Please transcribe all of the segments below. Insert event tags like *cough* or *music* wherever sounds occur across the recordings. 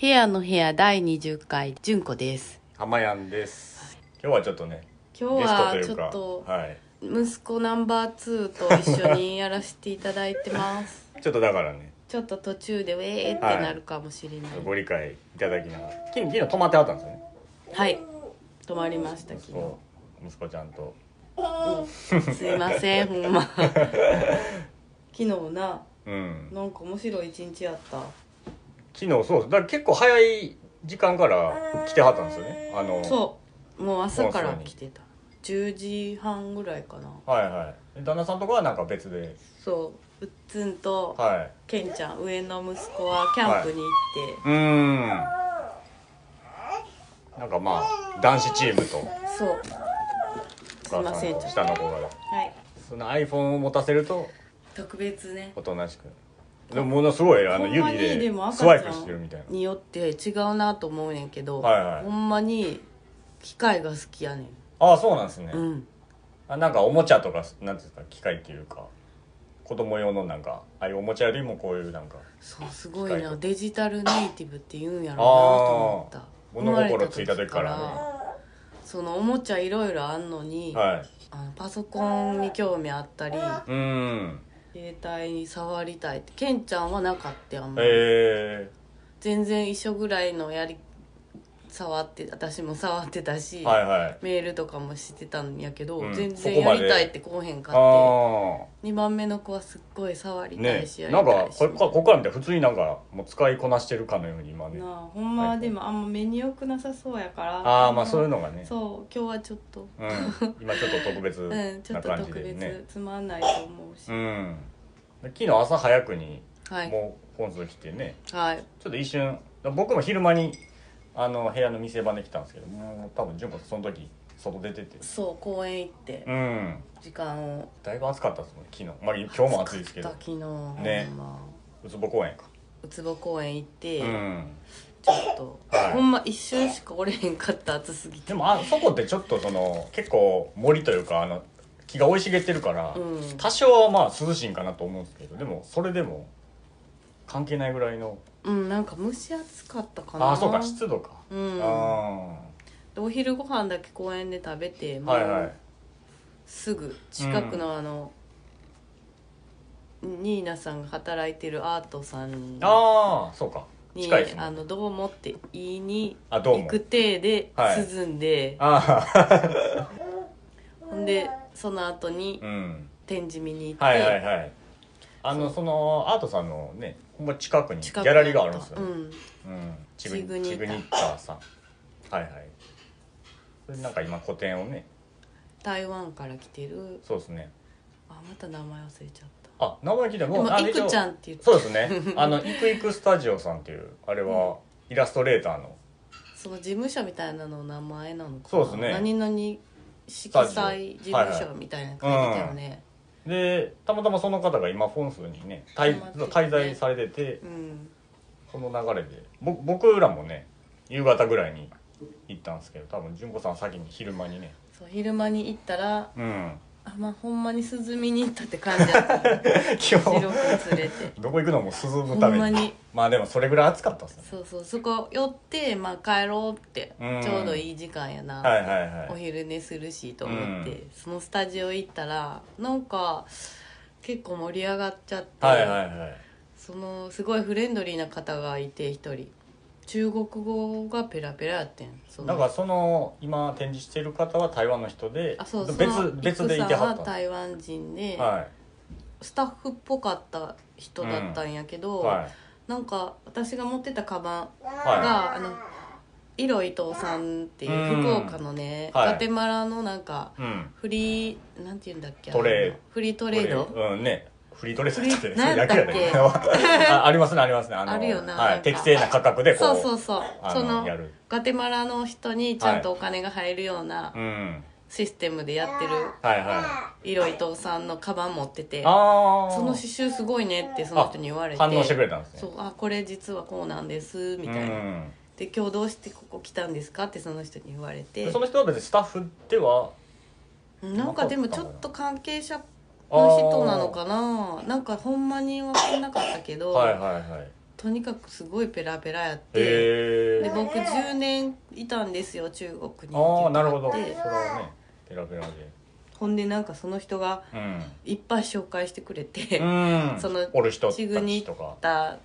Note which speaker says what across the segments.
Speaker 1: 部屋の部屋第20回純子です
Speaker 2: 浜やんです。今日はちょっとね、
Speaker 1: 今日
Speaker 2: ゲ
Speaker 1: はち
Speaker 2: ストという
Speaker 1: ょ
Speaker 2: か、
Speaker 1: っと
Speaker 2: はい。
Speaker 1: 息子ナンバー2と一緒にやらせていただいてます
Speaker 2: ちょっとだからね、
Speaker 1: *laughs* ちょっと途中でウェーってなるかもしれない
Speaker 2: ご理解いただきながら、昨日昨日泊まってあったんですよね。
Speaker 1: はい止まりました
Speaker 2: 息
Speaker 1: け
Speaker 2: 子
Speaker 1: ど、
Speaker 2: 息子ちゃんと。
Speaker 1: *laughs* すいませんほんま *laughs* 昨日な
Speaker 2: うん。
Speaker 1: なんか面白い一日やった
Speaker 2: 昨日そうです。だから結構早い時間から来てはったんですよね。あの、
Speaker 1: そうもう朝から
Speaker 2: もう
Speaker 1: 来
Speaker 2: す
Speaker 1: てた10時半ぐらいかな
Speaker 2: はいはい。で旦那さんとかはなんか別で、
Speaker 1: そううっつんと
Speaker 2: は
Speaker 1: けんちゃん上の息子はキャンプに行って、
Speaker 2: い。うーん。なんかまあ男子チームと
Speaker 1: そうすい
Speaker 2: お
Speaker 1: ま
Speaker 2: 母さ
Speaker 1: せ
Speaker 2: ん
Speaker 1: んちょ
Speaker 2: と
Speaker 1: っと
Speaker 2: 下の子が
Speaker 1: はい
Speaker 2: その iPhone を持たせると
Speaker 1: 特別ね
Speaker 2: おとなしくでもものすごいあの
Speaker 1: ほんま
Speaker 2: 指
Speaker 1: に
Speaker 2: で
Speaker 1: も赤
Speaker 2: ス
Speaker 1: ちゃ
Speaker 2: ワ
Speaker 1: ん
Speaker 2: イプしてるみたい
Speaker 1: によって違うなと思うねんけど、
Speaker 2: はいはい
Speaker 1: ほんまに機械が好きやねん
Speaker 2: なああそうなんですね、
Speaker 1: うん
Speaker 2: あなんかおもちゃとかなんていうんですか機械っていうか子供用のなんかああいうおもちゃよりもこういうなんか
Speaker 1: そうすごい
Speaker 2: 機械
Speaker 1: な
Speaker 2: と
Speaker 1: デジタルネイティブって言うんやろうなと思った
Speaker 2: 物心ついた時からね
Speaker 1: 生まれたそのおもちゃいろいろあんのに、
Speaker 2: はい
Speaker 1: あのパソコンに興味あったり
Speaker 2: うーん
Speaker 1: 携帯に触りたいってケンちゃんはなかったよあんまり
Speaker 2: え
Speaker 1: 全然一緒ぐらいのやり触って私も触ってたし、
Speaker 2: ー、はいはい
Speaker 1: メールとかもしてたんやけど、
Speaker 2: うん
Speaker 1: 全然
Speaker 2: そこ
Speaker 1: や
Speaker 2: まで
Speaker 1: りたいってこうへん
Speaker 2: あ
Speaker 1: か
Speaker 2: あ
Speaker 1: っ
Speaker 2: ー
Speaker 1: て2番目の子はすっごい触りた
Speaker 2: ね
Speaker 1: いし、やり
Speaker 2: なん
Speaker 1: た
Speaker 2: か
Speaker 1: いし
Speaker 2: こここっから見たら普通になんかもう使いこなしてるかのように今ね
Speaker 1: なあほんま
Speaker 2: は
Speaker 1: はいでもあんま目に良くなさそうやから
Speaker 2: ああまあそういうのがね
Speaker 1: そう今日はちょっと
Speaker 2: うん、今ちょっと特
Speaker 1: *laughs*
Speaker 2: 別
Speaker 1: うんちょ
Speaker 2: な
Speaker 1: っと
Speaker 2: 感
Speaker 1: 特
Speaker 2: じで
Speaker 1: 別、
Speaker 2: ね、
Speaker 1: つまんないと思うし、
Speaker 2: うんで昨日朝早くに
Speaker 1: はい
Speaker 2: もう本数来てね
Speaker 1: はい
Speaker 2: ちょっと一瞬僕も昼間にあの部屋の店場で来たんですけどもう多分純子さんその時外出てて
Speaker 1: そう公園行って
Speaker 2: うん
Speaker 1: 時間を
Speaker 2: だいぶ暑かったですもん昨日まあ今日も暑いですけど
Speaker 1: 暑かった昨日
Speaker 2: ね
Speaker 1: ほんま
Speaker 2: ウツボ公園か
Speaker 1: うつぼ公園行って、
Speaker 2: うん
Speaker 1: ちょっと、
Speaker 2: はい
Speaker 1: ほんま一瞬しかおれへんかった暑すぎて
Speaker 2: でもあそこってちょっとその結構森というかあの木が生い茂ってるから、
Speaker 1: うん
Speaker 2: 多少はまあ涼しいんかなと思うんですけどでもそれでも関係ないぐらいの
Speaker 1: うんなんか蒸し暑かったかな
Speaker 2: ああそうか湿度か、
Speaker 1: うん
Speaker 2: あ
Speaker 1: でお昼ご飯だけ公園で食べて
Speaker 2: あ
Speaker 1: も
Speaker 2: はいはいう
Speaker 1: すぐ近くのあの、ニーナさんが働いてるアートさんに
Speaker 2: ああそうか近いですも
Speaker 1: あ
Speaker 2: んね
Speaker 1: のどうもって言いに
Speaker 2: あどう
Speaker 1: 行
Speaker 2: も
Speaker 1: く体で
Speaker 2: はい
Speaker 1: 涼んで、
Speaker 2: ああ
Speaker 1: ほんでその後に
Speaker 2: うん
Speaker 1: 展示見に行って、
Speaker 2: はいはいはいあのそのアートさんのねほんま近くにギ
Speaker 1: 近く
Speaker 2: ャラリーがあるんですよ、
Speaker 1: う
Speaker 2: ね
Speaker 1: ん
Speaker 2: うん、チ
Speaker 1: チグ
Speaker 2: グ
Speaker 1: ニ
Speaker 2: チグニッターさんはいはいそれなんか今個展をね
Speaker 1: 台湾から来てる
Speaker 2: そうですね
Speaker 1: あまた名前忘れちゃった
Speaker 2: あ名前聞いた
Speaker 1: でも
Speaker 2: あ
Speaker 1: いくちゃん
Speaker 2: ん
Speaker 1: って言って
Speaker 2: そうですね *laughs* あのいくいくスタジオさんっていうあれはイラストレーターの
Speaker 1: その事務所みたいなの名前なのかな
Speaker 2: そうですね
Speaker 1: 何々色彩事務所みたいなの書いてたよね、
Speaker 2: でたまたまその方が今フォンスにね滞
Speaker 1: 泊まってて
Speaker 2: 滞在されてて
Speaker 1: うん
Speaker 2: その流れでぼ僕らもね夕方ぐらいに行ったんですけど多分純子さん先に昼間にね
Speaker 1: そう昼間に行ったら
Speaker 2: うん
Speaker 1: あまあほんまに涼みに行っ
Speaker 2: *laughs*
Speaker 1: たって感じだった
Speaker 2: 基
Speaker 1: 白
Speaker 2: 本
Speaker 1: く連れて
Speaker 2: どこ行くのも涼
Speaker 1: ほ
Speaker 2: むた
Speaker 1: ん
Speaker 2: め
Speaker 1: ま
Speaker 2: に
Speaker 1: に
Speaker 2: まあでもそれぐらい暑かったですね
Speaker 1: そうそうそこ寄ってまあ帰ろうって
Speaker 2: うん
Speaker 1: ちょうどいい時間やな、
Speaker 2: はいはい
Speaker 1: お
Speaker 2: はい
Speaker 1: 昼寝するしと思って、
Speaker 2: うん
Speaker 1: そのスタジオ行ったらなんか結構盛り上がっちゃって、
Speaker 2: はいはいはい
Speaker 1: そのすごいフレンドリーな方がいて一人中国語がペラペラやってんその
Speaker 2: なんかその今展示してる方は台湾の人で
Speaker 1: あそうその
Speaker 2: 別別でいては
Speaker 1: リクさんは
Speaker 2: った
Speaker 1: 台湾人で、
Speaker 2: は
Speaker 1: スタッフっぽかった人だったんやけ
Speaker 2: い
Speaker 1: ど、
Speaker 2: はい
Speaker 1: なんか私が持ってたカバンが、
Speaker 2: は
Speaker 1: あのイロ伊藤さんっていう
Speaker 2: うん
Speaker 1: 福岡のね、
Speaker 2: はい
Speaker 1: ガテマラのなんか
Speaker 2: いうん
Speaker 1: フリーなんて言うんだっけ
Speaker 2: トレイ
Speaker 1: フリートレード
Speaker 2: うんねフリートレードって
Speaker 1: フリー
Speaker 2: それだけやね
Speaker 1: なん
Speaker 2: *laughs* あありますねありますねあの
Speaker 1: あるよな
Speaker 2: は
Speaker 1: なん
Speaker 2: い
Speaker 1: か
Speaker 2: 適正な価格でこ
Speaker 1: そうそう
Speaker 2: う
Speaker 1: そう
Speaker 2: あ
Speaker 1: その
Speaker 2: のやる
Speaker 1: ガテマラの人にちゃんとお金が入るような
Speaker 2: うん
Speaker 1: システムでやってる
Speaker 2: はいは
Speaker 1: イロ伊藤さんのカバン持ってて
Speaker 2: いああ
Speaker 1: その刺繍すごいねってその人に言われて
Speaker 2: 反応してくれたんですね
Speaker 1: そうあこれ実はこうなんですみたいな、
Speaker 2: うん
Speaker 1: で今日どうしてここ来たんですかってその人に言われて
Speaker 2: でその人は別にスタッフでは
Speaker 1: なんかでもちょっと関係者の人なのかななんかほんまに分かんなかったけど、
Speaker 2: はいはいはい
Speaker 1: とにかくすごいペラペラやって、
Speaker 2: へ
Speaker 1: で
Speaker 2: え
Speaker 1: 僕10年いたんですよ中国にって言って
Speaker 2: ああなるほどそ
Speaker 1: は
Speaker 2: れ
Speaker 1: い
Speaker 2: はねペラペラで
Speaker 1: ほんでなんかその人が
Speaker 2: うん
Speaker 1: いっぱい紹介してくれて、
Speaker 2: うん
Speaker 1: その
Speaker 2: おる人た
Speaker 1: チグ
Speaker 2: ち
Speaker 1: ニ
Speaker 2: とか
Speaker 1: だ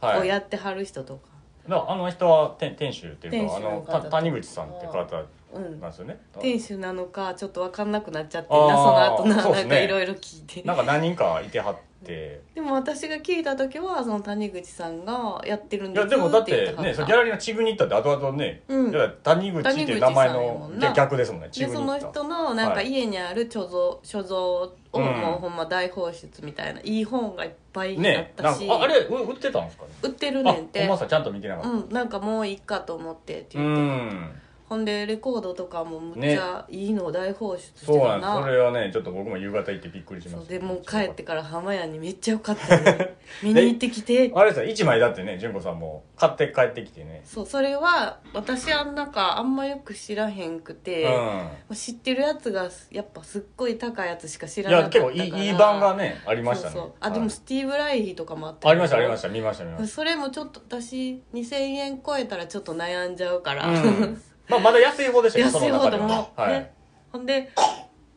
Speaker 1: を
Speaker 2: はい
Speaker 1: やってはる人とか、
Speaker 2: だからあの人は店店主っていう
Speaker 1: 店
Speaker 2: かあ
Speaker 1: 主の
Speaker 2: の
Speaker 1: 方
Speaker 2: た谷口さんって方
Speaker 1: うん
Speaker 2: なんですよね
Speaker 1: 店主なのかちょっと分かんなくなっちゃってんなそ
Speaker 2: あ
Speaker 1: の
Speaker 2: ー
Speaker 1: 後な
Speaker 2: そうっ
Speaker 1: な
Speaker 2: すね
Speaker 1: んかいろいろ聞いて
Speaker 2: なんか何人かいてはって
Speaker 1: でも私が聞いた時はその谷口さんがやってるん
Speaker 2: い
Speaker 1: で
Speaker 2: や
Speaker 1: す
Speaker 2: でもだって
Speaker 1: 言は
Speaker 2: ね
Speaker 1: た
Speaker 2: そのギャラリーのチグニッタって後々ね、
Speaker 1: うん
Speaker 2: だから谷口っていう名前
Speaker 1: 谷口さんやも
Speaker 2: の
Speaker 1: んな
Speaker 2: 逆逆ですもんねチ
Speaker 1: で
Speaker 2: グニ
Speaker 1: その
Speaker 2: ッタ
Speaker 1: 人のなんか
Speaker 2: はい
Speaker 1: 家にある貯蔵所蔵を
Speaker 2: うん
Speaker 1: もうほんま大放出みたいないい本がいっぱいあっ
Speaker 2: ねな
Speaker 1: た
Speaker 2: ん
Speaker 1: し、
Speaker 2: かああれう売ってたんですかね
Speaker 1: 売ってる
Speaker 2: あ
Speaker 1: ねん
Speaker 2: ほん
Speaker 1: て
Speaker 2: まさちゃんと見てなかった、
Speaker 1: うんなんかもういいかと思ってって
Speaker 2: う
Speaker 1: 言って、
Speaker 2: ん
Speaker 1: ほんでレコードとかもむっちゃいいのを大放出して
Speaker 2: そうな
Speaker 1: た
Speaker 2: んですそ
Speaker 1: な
Speaker 2: れはねちょっと僕も夕方行ってびっくりしま
Speaker 1: そう
Speaker 2: した
Speaker 1: でもう帰ってから浜屋にめっちゃよかった
Speaker 2: *laughs*
Speaker 1: ね見に行ってきて
Speaker 2: あれですよ1枚だってね純子さんも買って帰ってきてね、
Speaker 1: そうそれは私はなんかあんまよく知らへんくて、もう知ってるやつがやっぱすっごい高いやつしか知
Speaker 2: うんい
Speaker 1: らな
Speaker 2: や
Speaker 1: かったか
Speaker 2: 結構
Speaker 1: ら
Speaker 2: いいいい版がねありましたね
Speaker 1: そうそうあでも
Speaker 2: はい
Speaker 1: スティーブ・ライヒとかもあった
Speaker 2: ありましたありましたた見ました見ました
Speaker 1: それもちょっと私2000円超えたらちょっと悩んじゃうから、
Speaker 2: うんまあ、まだ安い方でしたけど
Speaker 1: 安い方でも、
Speaker 2: その中
Speaker 1: ね
Speaker 2: でははい、
Speaker 1: ほんで、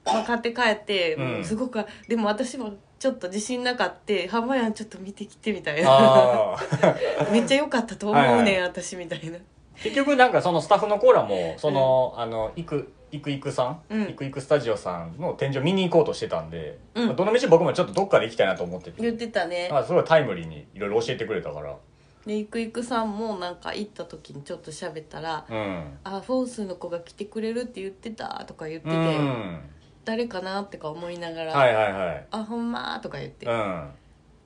Speaker 1: まあ、買って帰って、
Speaker 2: うん
Speaker 1: すごくでも私もちょっと自信なかって「浜やんちょっと見てきて」みたいな
Speaker 2: ああ
Speaker 1: 「 *laughs* めっちゃ良かったと思うねん、
Speaker 2: はいはい
Speaker 1: 私」みたいな
Speaker 2: *laughs* 結局なんかそのスタッフのコーラもその、あのいくいくいくさん、
Speaker 1: うん
Speaker 2: いくいくスタジオさんの展示を見に行こうとしてたんで、
Speaker 1: うん
Speaker 2: まあどの道僕もちょっとどっかで行きたいなと思ってて
Speaker 1: 言ってたね
Speaker 2: あすごいタイムリーにいろいろ教えてくれたから
Speaker 1: でいくいくさんもなんか行った時にちょっと喋ったら
Speaker 2: うん
Speaker 1: 「あフォースの子が来てくれるって言ってた」とか言って
Speaker 2: う
Speaker 1: て、
Speaker 2: ん
Speaker 1: 誰かなってか思いながら「
Speaker 2: はいはいはい
Speaker 1: あほんま」とか言って、
Speaker 2: う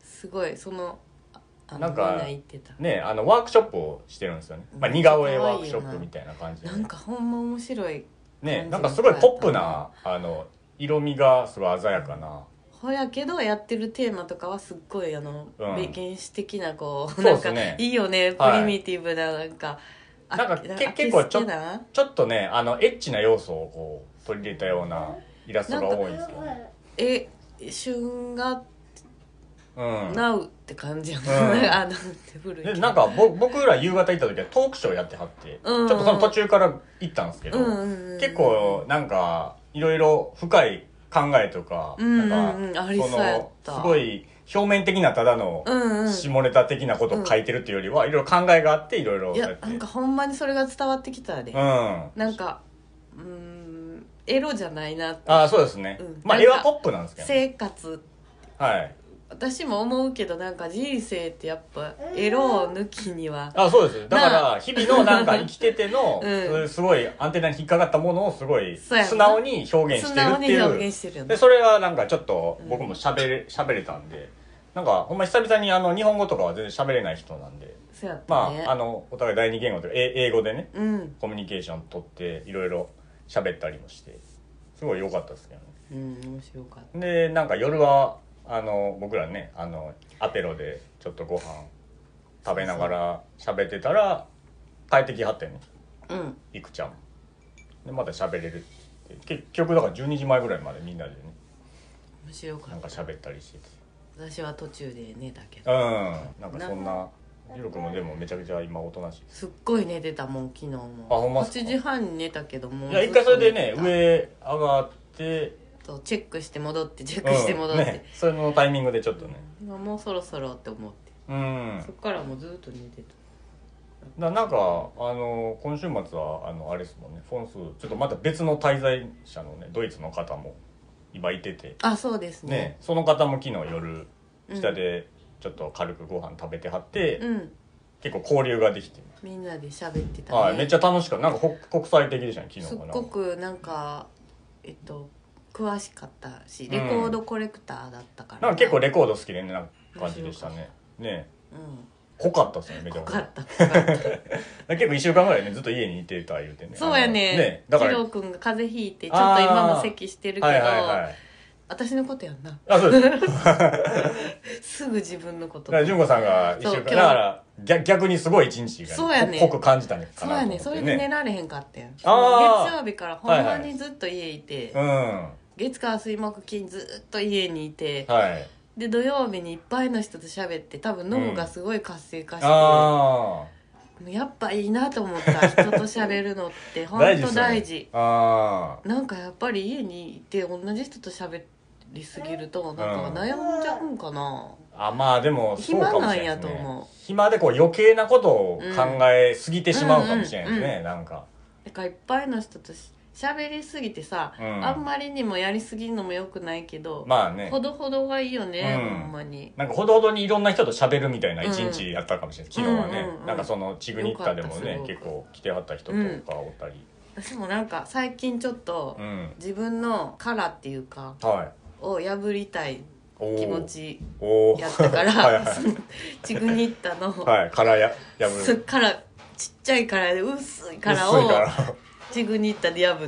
Speaker 1: すごいそのああの
Speaker 2: なんか
Speaker 1: みんな言ってた
Speaker 2: んねあのワークショップをしてるんですよね、まあ、似顔絵ワークショップみたいな感じで
Speaker 1: なんかほんま面白い
Speaker 2: ねなんかすごいポップなあの色味がすごい鮮やかな
Speaker 1: ほやけどやってるテーマとかはすっごいあの、
Speaker 2: うん
Speaker 1: べ原始的なこう
Speaker 2: そう
Speaker 1: な
Speaker 2: っ
Speaker 1: ん
Speaker 2: す
Speaker 1: か
Speaker 2: ね
Speaker 1: いいよねプ
Speaker 2: はい
Speaker 1: リミティブななんか、あ
Speaker 2: なんかけ結構ちょっと
Speaker 1: な
Speaker 2: ちょっとねあのエッチな要素をこう取り入れたようなイラストが多いんですけど、ね、
Speaker 1: え旬が
Speaker 2: うん
Speaker 1: なうって感じやな、
Speaker 2: うん
Speaker 1: *laughs* あなんて古いけ
Speaker 2: で
Speaker 1: ど
Speaker 2: なんかぼ僕ら夕方行った時はトークショーやってはって、
Speaker 1: うん
Speaker 2: ちょっとその途中から行ったんですけど、
Speaker 1: うんうんうん
Speaker 2: 結構なんかいろいろ深い考えとか、
Speaker 1: うん
Speaker 2: なん
Speaker 1: うんうん
Speaker 2: か
Speaker 1: ありそうやった
Speaker 2: すごい表面的なただの
Speaker 1: うんうん
Speaker 2: 下ネタ的なことを書いてるっていうよりは、いろいろ考えがあっていろいろ
Speaker 1: い
Speaker 2: やっ
Speaker 1: や
Speaker 2: て
Speaker 1: なんかほんまにそれが伝わってきたで、
Speaker 2: うんあ
Speaker 1: なんかうーんエロじゃないなって
Speaker 2: あそうですね、
Speaker 1: うん
Speaker 2: まあ
Speaker 1: なん
Speaker 2: 絵
Speaker 1: か
Speaker 2: はポップなんですけどね
Speaker 1: 生活
Speaker 2: はい
Speaker 1: 私も思うけどなんか人生ってやっぱエロを抜きには
Speaker 2: あそうですだか
Speaker 1: な
Speaker 2: ら日々のなんか生きてて
Speaker 1: *laughs*
Speaker 2: の、
Speaker 1: うん
Speaker 2: そういうすごいアンテナに引っかかったものをすごい
Speaker 1: そうやな
Speaker 2: 素直に表現し
Speaker 1: 素
Speaker 2: てるっ
Speaker 1: 直
Speaker 2: て
Speaker 1: に
Speaker 2: いう
Speaker 1: 表現してるよね
Speaker 2: でそれはなんかちょっと僕も喋れ喋れたんでなんかほんま久々にあの日本語とかは全然喋れない人なんで
Speaker 1: そうやった
Speaker 2: ま
Speaker 1: ね、
Speaker 2: ああのお互い第二言語というかえ英語でね
Speaker 1: うん、
Speaker 2: コミュニケーション取っていろいろ喋ったりもしてすごい良かったですけどね
Speaker 1: うん、面白かっ
Speaker 2: でなんか夜はあの僕らねあのアペロでちょっとご飯食べながら喋ってたら帰ってきはってね
Speaker 1: たうん
Speaker 2: いくちゃんもでまた喋れるって結局だから12時前ぐらいまでみんなでね
Speaker 1: 面白か
Speaker 2: なん
Speaker 1: っ
Speaker 2: か
Speaker 1: た
Speaker 2: 喋ったりしてて。
Speaker 1: 私は途中で寝たけ
Speaker 2: う
Speaker 1: ど
Speaker 2: ん、なんかそんな、ゆうくんもでもめちゃくちゃ今おとなしいです。
Speaker 1: すっごい寝てたもん昨日も
Speaker 2: あほんまっすか
Speaker 1: 8時半に寝たけども
Speaker 2: いや、一回それでね
Speaker 1: ず、っと寝て
Speaker 2: 上上がって、
Speaker 1: たそうチェックして戻ってチェックして戻って、
Speaker 2: うんね、それのタイミングでちょっとね。
Speaker 1: 今もうそろそろって思って
Speaker 2: うん
Speaker 1: そ。っからもうずっと寝てた
Speaker 2: だなんか、あの、今週末は、あの、あれですもんね、フォンス、ちょっとまた別の滞在者のね、ドイツの方も今いてて、
Speaker 1: あそうです
Speaker 2: ね
Speaker 1: ね、
Speaker 2: その方も昨日夜、
Speaker 1: うん
Speaker 2: 下でちょっと軽くご飯食べてはって、
Speaker 1: うん
Speaker 2: 結構交流ができて、
Speaker 1: みんなで喋ってたね
Speaker 2: はい、めっちゃ楽しかった。なんかほ国際的でしたね、昨
Speaker 1: す
Speaker 2: 日
Speaker 1: っ
Speaker 2: かな。
Speaker 1: ごくなんかえっと詳しかったしレコードコレクターだったから、
Speaker 2: なんか結構レコード好きでね、なんか感じでしたね。ね
Speaker 1: うん
Speaker 2: 濃かったっすねめちゃ
Speaker 1: 濃
Speaker 2: く
Speaker 1: か
Speaker 2: ちゃ
Speaker 1: った濃かった
Speaker 2: 結構1週間ぐらいねずっと家にいてた言うてね
Speaker 1: そうや
Speaker 2: あ
Speaker 1: ね
Speaker 2: のねだから
Speaker 1: 二
Speaker 2: は
Speaker 1: 郎くんが風邪ひいてちょっと今も咳してる
Speaker 2: い
Speaker 1: けど、
Speaker 2: はいはい
Speaker 1: 私のことやんな
Speaker 2: あそうですだか
Speaker 1: すぐ自分のこと
Speaker 2: ら純子さんが1
Speaker 1: そう今
Speaker 2: 週間
Speaker 1: 日
Speaker 2: だから逆逆にすごい一日
Speaker 1: そう
Speaker 2: が、
Speaker 1: やね
Speaker 2: 濃く感じたのか
Speaker 1: そう
Speaker 2: な
Speaker 1: や
Speaker 2: と思って、
Speaker 1: ね
Speaker 2: ね、
Speaker 1: それで寝られへんかったやん月
Speaker 2: あー
Speaker 1: 曜日からほんまにずっと家いて、
Speaker 2: うんは
Speaker 1: *laughs* 月火水木金ずっと家にいて
Speaker 2: い
Speaker 1: で土曜日にいっぱいの人と喋って多分脳がすごい活性化して、
Speaker 2: あ
Speaker 1: もうやっぱいいなと思った人と喋るのって
Speaker 2: あ
Speaker 1: 本
Speaker 2: 大事で
Speaker 1: 当
Speaker 2: すよね
Speaker 1: 大事
Speaker 2: ああ
Speaker 1: なんかやっぱり家にいて同じ人と喋りすぎるとなんか悩んじゃうんかな、
Speaker 2: あまあでもそうかも
Speaker 1: 暇
Speaker 2: しれない
Speaker 1: なんや
Speaker 2: で
Speaker 1: と
Speaker 2: すね
Speaker 1: 思
Speaker 2: 暇でこう余計なことを考えすぎてしまうかもしれないですね、
Speaker 1: うんうん
Speaker 2: なんか
Speaker 1: だからいっぱいの人とし喋りすぎてさ、
Speaker 2: うん
Speaker 1: あんまりにもやりすぎるのもよくないけど、
Speaker 2: まあね
Speaker 1: ほどほどがいいよね、
Speaker 2: うん
Speaker 1: ほんまに
Speaker 2: なんかほどほどにいろんな人と喋るみたいな一日やったかもしれな
Speaker 1: う
Speaker 2: い、
Speaker 1: ん
Speaker 2: 昨日はね、
Speaker 1: うんうんうん
Speaker 2: なんかそのチグニッタでも
Speaker 1: よ
Speaker 2: ね
Speaker 1: かったすごく
Speaker 2: 結構来てはった人とかおったり
Speaker 1: 私もなんか最近ちょっと
Speaker 2: うん、
Speaker 1: 自分の殻っていうか
Speaker 2: はい
Speaker 1: を破りたい
Speaker 2: おー
Speaker 1: 気持ち
Speaker 2: おー
Speaker 1: やったか
Speaker 2: *laughs* はいは
Speaker 1: ら
Speaker 2: い
Speaker 1: そのチグニッタの、
Speaker 2: *laughs* はい殻や破る
Speaker 1: すっからちっちゃい殻で薄い殻
Speaker 2: 薄い
Speaker 1: を
Speaker 2: から
Speaker 1: チグニッタで破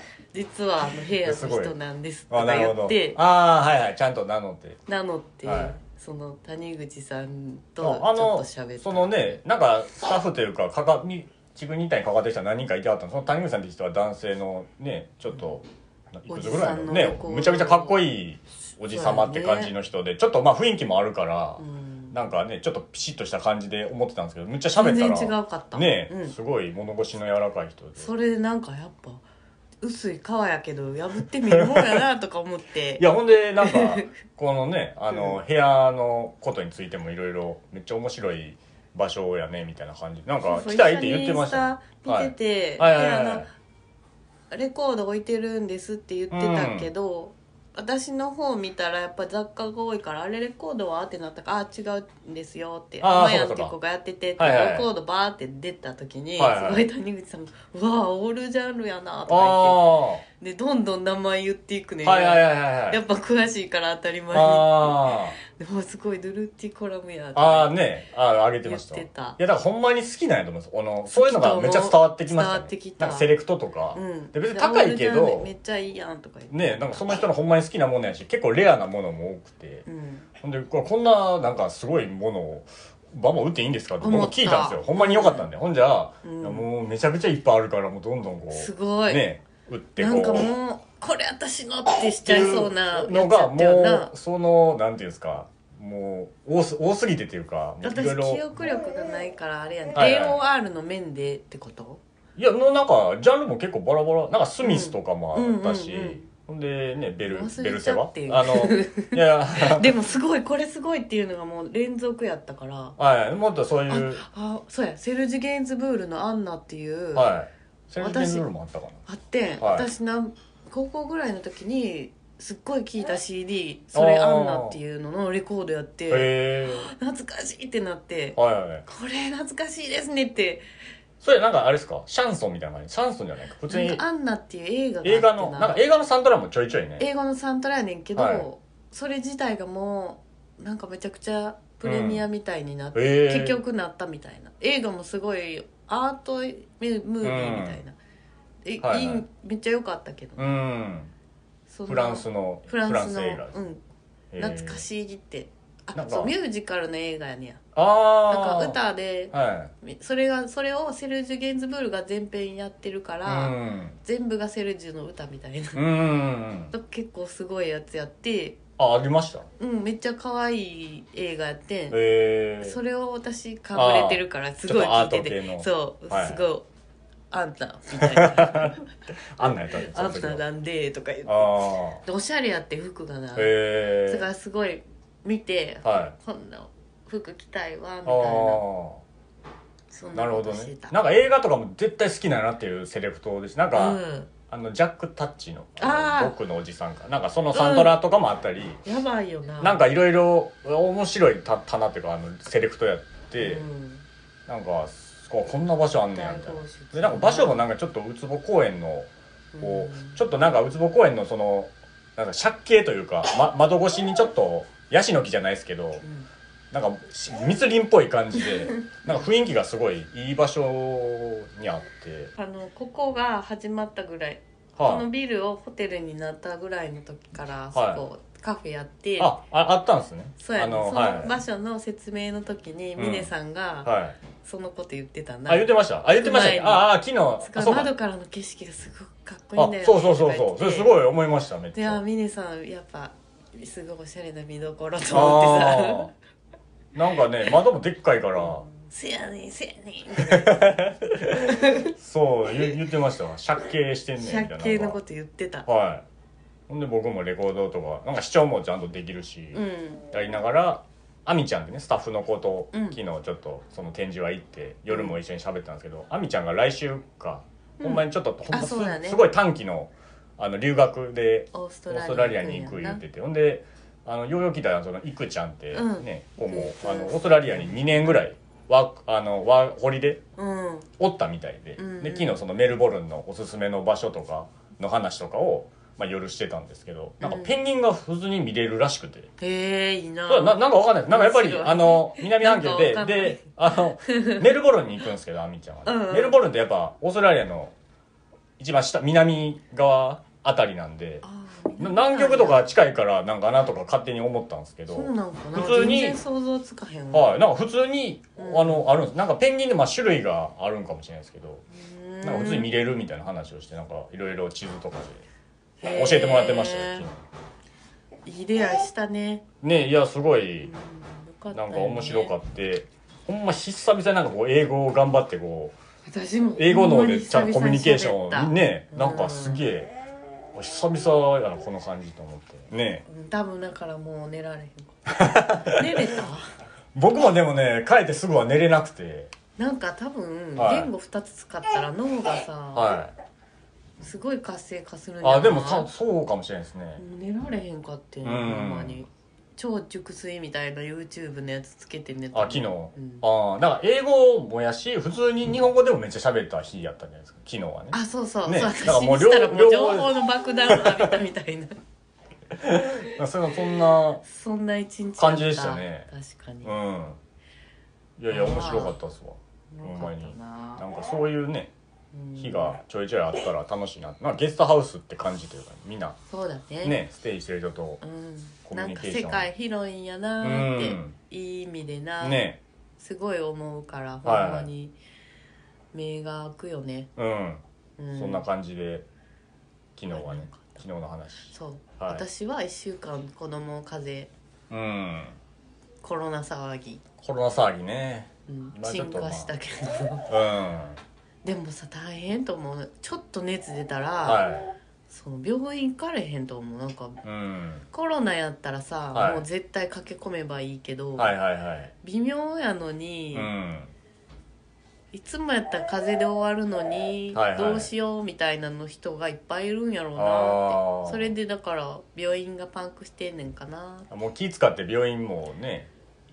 Speaker 1: っ て実はあの平野の人なんですと
Speaker 2: あ
Speaker 1: か
Speaker 2: なる
Speaker 1: 言
Speaker 2: ほ
Speaker 1: っ
Speaker 2: ど
Speaker 1: て
Speaker 2: ああはいはいちゃんと名乗って
Speaker 1: なのって、
Speaker 2: はい
Speaker 1: その谷口さんとちょ
Speaker 2: ああ
Speaker 1: っと
Speaker 2: の
Speaker 1: 喋って
Speaker 2: そのねなんかスタッフというかかかみ自分に対にかかってきた何人かいてはったのその谷口さんって人は男性のねちょっと、いくつぐらい
Speaker 1: お
Speaker 2: の
Speaker 1: じさんの
Speaker 2: ね
Speaker 1: こう
Speaker 2: むちゃくちゃかっこいいおじさまって感じの人で、ちょっとまあ雰囲気もあるから
Speaker 1: う、ん
Speaker 2: なんかねちょっとピシッとした感じで思ってたんですけどむっちゃ喋
Speaker 1: 全
Speaker 2: った
Speaker 1: 然
Speaker 2: ら
Speaker 1: 違うかった
Speaker 2: ね、
Speaker 1: うん、
Speaker 2: すごい物腰の柔らかい人で
Speaker 1: それでなんかやっぱ薄い皮やけど破ってみるもんやなとか思って
Speaker 2: いやほんでなんかこのねあの部屋のことについてもいろいろめっちゃ面白い場所やねみたいな感じなんか
Speaker 1: そう
Speaker 2: 来たいって言ってましたね
Speaker 1: 一緒にインスタ見てて、
Speaker 2: はいはいはいはい
Speaker 1: であのレコード置いてるんですって言ってたけど、私の方見たらやっぱ雑貨が多いから「あれレコードは?」ってなったから「あ違うんですよ」って「
Speaker 2: あー
Speaker 1: まやん」っ
Speaker 2: そう
Speaker 1: て
Speaker 2: かそ
Speaker 1: 子
Speaker 2: うか
Speaker 1: がやっててって、
Speaker 2: はいはいはい
Speaker 1: レコードバーって出た時に、
Speaker 2: はいはい
Speaker 1: すごい谷口さんが「うわーオールジャンルやな」とか
Speaker 2: あ
Speaker 1: 言ってでどんどん名前言っていくね、
Speaker 2: あはいはいはいはいは
Speaker 1: や
Speaker 2: い
Speaker 1: っぱ詳しいから当たり前に
Speaker 2: あ
Speaker 1: でもすごいドゥルッティコラムや
Speaker 2: あああねあああげてました
Speaker 1: 言ってた
Speaker 2: いやだからほんまに好きなんやと思うんですよあのそういうのがめっちゃ伝わってきました、ね、
Speaker 1: 伝わってきた
Speaker 2: なんかセレクトとか、
Speaker 1: うん、
Speaker 2: で別に高
Speaker 1: でオー
Speaker 2: いけ
Speaker 1: ルジャン
Speaker 2: ど
Speaker 1: ルめっちゃいいやんとか言って、
Speaker 2: ねなんかその人のほんまに好きなものやし結構レアなものも多くて
Speaker 1: うん、
Speaker 2: ほんでこれこんななんかすごいものをバンバン打っていいんですかって僕
Speaker 1: 思った
Speaker 2: 聞いたんですよほんまに良かったんでほんじゃ、
Speaker 1: うん
Speaker 2: いやもうめちゃくちゃいっぱいあるからもうどんどんこ
Speaker 1: す
Speaker 2: う
Speaker 1: ごい、
Speaker 2: ね打ってこ
Speaker 1: な
Speaker 2: うん
Speaker 1: かもうこれ私のってしちゃいそうな
Speaker 2: のが
Speaker 1: やつやったよな
Speaker 2: もうそのなんていうんですかもう多す多すぎてっていうかもういろい
Speaker 1: 私
Speaker 2: ろ
Speaker 1: 記憶力がないからあれやね、
Speaker 2: はいは
Speaker 1: AOR の面でって
Speaker 2: *laughs*
Speaker 1: こと
Speaker 2: いやもうなんかジャンルも結構バラバラなんかスミスとかもあったし、
Speaker 1: うんうんうんうん
Speaker 2: ほんでねベル
Speaker 1: 忘
Speaker 2: ベル
Speaker 1: れ
Speaker 2: セ
Speaker 1: ちゃ
Speaker 2: バ
Speaker 1: って *laughs*
Speaker 2: あのいや *laughs*
Speaker 1: でもすごいこれすごいっていうのがもう連続やったから
Speaker 2: はいもっとそういう
Speaker 1: あそうやセルジュ・ゲインズブールの「アンナ」っていう、
Speaker 2: はいセルジ
Speaker 1: 私
Speaker 2: ルールもあったかな
Speaker 1: あって、
Speaker 2: はい
Speaker 1: 私なん高校ぐらいの時にすっごい聴いた CD「それ
Speaker 2: あー
Speaker 1: アンナ」っていうののレコードやって
Speaker 2: へ
Speaker 1: 懐かしいってなって
Speaker 2: えはいはいはい
Speaker 1: これ懐かしいですねって
Speaker 2: それなんかあれですかシャンソンみたいな感じシャンソンじゃないか普通
Speaker 1: なん
Speaker 2: に
Speaker 1: かアンナっていう映画があって
Speaker 2: 映画のなんか映画のサントラもちょいちょいね
Speaker 1: 英語のサントラやねんけど、
Speaker 2: はい
Speaker 1: それ自体がもうなんかめちゃくちゃプレミアみたいになって、
Speaker 2: へえ
Speaker 1: 結局なったみたいな映画もすごいアートムービーみたいな、えい
Speaker 2: はいはい
Speaker 1: いめっちゃ良かったけど、
Speaker 2: うん
Speaker 1: その
Speaker 2: フランスの
Speaker 1: フランスの
Speaker 2: 映画です
Speaker 1: うん、
Speaker 2: へえ
Speaker 1: 懐かしいって
Speaker 2: な
Speaker 1: あ
Speaker 2: んか
Speaker 1: そうミュージカルの映画やねんや
Speaker 2: あ
Speaker 1: な
Speaker 2: あ
Speaker 1: んか歌で
Speaker 2: はい
Speaker 1: それがそれをセルジュ・ゲンズブールが全編やってるから、
Speaker 2: うん
Speaker 1: 全部がセルジュの歌みたいな、 *laughs*
Speaker 2: うん
Speaker 1: 結構すごいやつやって
Speaker 2: あありました
Speaker 1: うん、めっちゃ可愛い映画やって、
Speaker 2: ええ
Speaker 1: それを私かぶれてるからすごい
Speaker 2: ちょっと
Speaker 1: 聞
Speaker 2: アー
Speaker 1: い
Speaker 2: ト
Speaker 1: てて
Speaker 2: 系の
Speaker 1: そう、
Speaker 2: はい
Speaker 1: すごい「あんた」みたい
Speaker 2: *laughs*
Speaker 1: な
Speaker 2: あんなんやったん
Speaker 1: 「
Speaker 2: です
Speaker 1: あんた
Speaker 2: あ
Speaker 1: なんで」とか言って
Speaker 2: あ
Speaker 1: でおしゃれやって服がな、
Speaker 2: へ
Speaker 1: それか
Speaker 2: え
Speaker 1: らすごい見て、
Speaker 2: はい
Speaker 1: こんな服着たいわみた
Speaker 2: あ
Speaker 1: いな
Speaker 2: あ
Speaker 1: そ
Speaker 2: ー
Speaker 1: ん
Speaker 2: な
Speaker 1: な
Speaker 2: る
Speaker 1: こ
Speaker 2: ほど
Speaker 1: として
Speaker 2: ね
Speaker 1: た
Speaker 2: なんか映画とかも絶対好きなんやなっていうセレクトですなんか、
Speaker 1: うん、
Speaker 2: あのジャック・タッチの
Speaker 1: あー
Speaker 2: の僕のおじさんかなんかそのサントラとかもあったり、
Speaker 1: やばいよな
Speaker 2: なん
Speaker 1: か、
Speaker 2: かいろいろ面白いた棚っていうかあのセレクトやっ
Speaker 1: う
Speaker 2: て、
Speaker 1: ん、
Speaker 2: なんかここんな場所あんねやみたいなでなんか場所もなんかちょっとウツボ公園のこうちょっとなんかウツボ公園のそのなんか借景というか、ま、窓越しにちょっとヤシの木じゃないですけど
Speaker 1: うん
Speaker 2: なんかし密林っぽい感
Speaker 1: *laughs*
Speaker 2: じでなんか雰囲気がすごいいい場所にあって
Speaker 1: あのここが始まったぐらいこ
Speaker 2: は
Speaker 1: の
Speaker 2: い、
Speaker 1: ビルをホテルになったぐらいの時からそ
Speaker 2: はい
Speaker 1: こカフェやって、
Speaker 2: あああったんですね
Speaker 1: そうや
Speaker 2: あ
Speaker 1: ね
Speaker 2: の
Speaker 1: そ
Speaker 2: は
Speaker 1: の
Speaker 2: い
Speaker 1: 場所の説明の時に
Speaker 2: うん
Speaker 1: 峰さんが
Speaker 2: はい
Speaker 1: そのこと言ってたな、
Speaker 2: あ言ってましたあ言ってましたっけ
Speaker 1: 前に
Speaker 2: ああ昨日
Speaker 1: す
Speaker 2: あ
Speaker 1: ごい
Speaker 2: そうか
Speaker 1: 窓からの景色がすごくかっこいいんだ
Speaker 2: あ
Speaker 1: よ
Speaker 2: そうそうそうそうそれすご
Speaker 1: い
Speaker 2: い思いましためっち
Speaker 1: であ
Speaker 2: ゃ
Speaker 1: 峰さんやっぱすごいおしゃれな見どころと思って
Speaker 2: あ
Speaker 1: さ
Speaker 2: ーなんかね窓もでっかいから
Speaker 1: 「せやねんせやねん」
Speaker 2: *laughs* そう言言ってましたわ借景してんねんみたいな
Speaker 1: 借景のこと言ってた
Speaker 2: はいほんで僕もレコードとかなんか視聴もちゃんとできるし、
Speaker 1: うん
Speaker 2: やりながらアミちゃんってねスタッフの子と
Speaker 1: うん
Speaker 2: 昨日ちょっとその展示は行って夜も一緒に喋ったんですけどアミちゃんが来週か、
Speaker 1: うん
Speaker 2: ほんまにちょっとほん
Speaker 1: あ
Speaker 2: とす,、
Speaker 1: そうだね
Speaker 2: すごい短期のあの留学で
Speaker 1: オース
Speaker 2: オ
Speaker 1: ト
Speaker 2: ース
Speaker 1: ラ
Speaker 2: トラリ
Speaker 1: リ
Speaker 2: ア
Speaker 1: ア
Speaker 2: に
Speaker 1: に
Speaker 2: 行
Speaker 1: 行
Speaker 2: く
Speaker 1: くん
Speaker 2: 言
Speaker 1: や
Speaker 2: っ
Speaker 1: な
Speaker 2: ててほんであのようよう聞いたらそのいくちゃんって
Speaker 1: うん
Speaker 2: ね、子も
Speaker 1: うん
Speaker 2: あのオーストラリアに2年ぐらいワークあのワーホリで
Speaker 1: うん
Speaker 2: おったみたいで,、
Speaker 1: うんうん
Speaker 2: で昨日そのメルボルンのおすすめの場所とかの話とかを、まあ、夜してたんですけどなんか
Speaker 1: うん
Speaker 2: ペンギンが普通に見れるらしくて。
Speaker 1: へえいいな
Speaker 2: ななんかわかんないですなんかやっぱり、
Speaker 1: 面白い
Speaker 2: あの、南半球で
Speaker 1: な、んかわかんない
Speaker 2: で、あの、メルボルンに行くんですけど、アミちゃんはね、
Speaker 1: うんうん
Speaker 2: メルボルンってやっぱ、オーストラリアの一番下、南側あたりなんで、
Speaker 1: あー
Speaker 2: な南極とか近いからなんかなとか勝手に思ったんですけど、
Speaker 1: そうなんかな
Speaker 2: 普通に
Speaker 1: 全然想像つかへんわ
Speaker 2: はい、なんか普通に、
Speaker 1: うん
Speaker 2: あの、あるんです。なんかペンギンでまあ種類があるんかもしれないですけど、
Speaker 1: う
Speaker 2: なんか普通に見れるみたいな話をして、なんかいろいろ地図とかで教えてもらってましたよ、
Speaker 1: へー
Speaker 2: 昨日
Speaker 1: いい出会いしたね
Speaker 2: ねいや、すごい、
Speaker 1: な
Speaker 2: なんか面白か
Speaker 1: っ
Speaker 2: って、ほんま久々になんかこう英語を頑張ってこう
Speaker 1: たよね私も
Speaker 2: 英語脳でちゃんとコミュニケーシ
Speaker 1: ほんま
Speaker 2: ョン
Speaker 1: に久々に喋った
Speaker 2: ね
Speaker 1: うん
Speaker 2: なんかすげえ久々やなこの感じと思ってね
Speaker 1: うん多分だからもう寝られへん
Speaker 2: *laughs*
Speaker 1: 寝れた
Speaker 2: 僕もでもね帰ってすぐは寝れなくて
Speaker 1: なんか多分
Speaker 2: はい
Speaker 1: 言語2つ使ったら脳がさ
Speaker 2: はい
Speaker 1: すごい活性化するんやな
Speaker 2: あでもたそうかもしれないですね
Speaker 1: もう寝られへんかってん
Speaker 2: うん
Speaker 1: ほんまに超熟睡みたいな YouTube のやつつけて寝た
Speaker 2: あ昨日
Speaker 1: ん
Speaker 2: ああだから英語もやし普通に日本語でもめっちゃ喋った日やったんじゃないですか昨日はね
Speaker 1: あそうそう、
Speaker 2: ね
Speaker 1: そう
Speaker 2: だから
Speaker 1: 私
Speaker 2: もう
Speaker 1: に
Speaker 2: 両
Speaker 1: したらもう
Speaker 2: 両
Speaker 1: 情報の爆弾を浴びたみたいな *laughs*
Speaker 2: それはそんな
Speaker 1: そんな一日だった
Speaker 2: 感じでしたね
Speaker 1: 確かに、
Speaker 2: う
Speaker 1: よ
Speaker 2: んいやいや面白かったっすわ
Speaker 1: かった
Speaker 2: な
Speaker 1: なん
Speaker 2: かそういうね
Speaker 1: うん
Speaker 2: 日がちょいちょいあったら楽しいななんかゲストハウスって感じというかみんな
Speaker 1: そうだね
Speaker 2: ねステイしてる人と
Speaker 1: う
Speaker 2: コ
Speaker 1: ん、な
Speaker 2: ミュ
Speaker 1: ん
Speaker 2: ニ
Speaker 1: か
Speaker 2: ケーション
Speaker 1: 世界広いんやなーって、
Speaker 2: うん
Speaker 1: いい意味でな、
Speaker 2: ね
Speaker 1: すごい思うからほ
Speaker 2: はい
Speaker 1: んまに目が開くよね、
Speaker 2: うん
Speaker 1: うん、
Speaker 2: そんな感じで昨日
Speaker 1: よ
Speaker 2: はね
Speaker 1: かった
Speaker 2: 昨日の話
Speaker 1: そう、
Speaker 2: はい
Speaker 1: 私は1週間子供風邪
Speaker 2: うん
Speaker 1: コロナ騒ぎ、
Speaker 2: コロナ騒ぎね
Speaker 1: うん、
Speaker 2: 今ち
Speaker 1: 進
Speaker 2: ょっとまあ
Speaker 1: 化したけど、 *laughs*
Speaker 2: うんは
Speaker 1: でもさ大変と思うちょっと熱出たら、その病院行かれへんと思うなんか
Speaker 2: いうん
Speaker 1: コロナやったらさ、
Speaker 2: はい
Speaker 1: もう絶対駆け込めばいいけど、
Speaker 2: はいはいはい
Speaker 1: 微妙やのに、
Speaker 2: うん
Speaker 1: いつもやったら風邪で終わるのに、
Speaker 2: はいはい
Speaker 1: どうしようみたいなの人がいっぱいいるんやろうな
Speaker 2: あ
Speaker 1: っ
Speaker 2: ー
Speaker 1: てそれでだから病院がパンクしてんねんかな
Speaker 2: もう気使って病院もね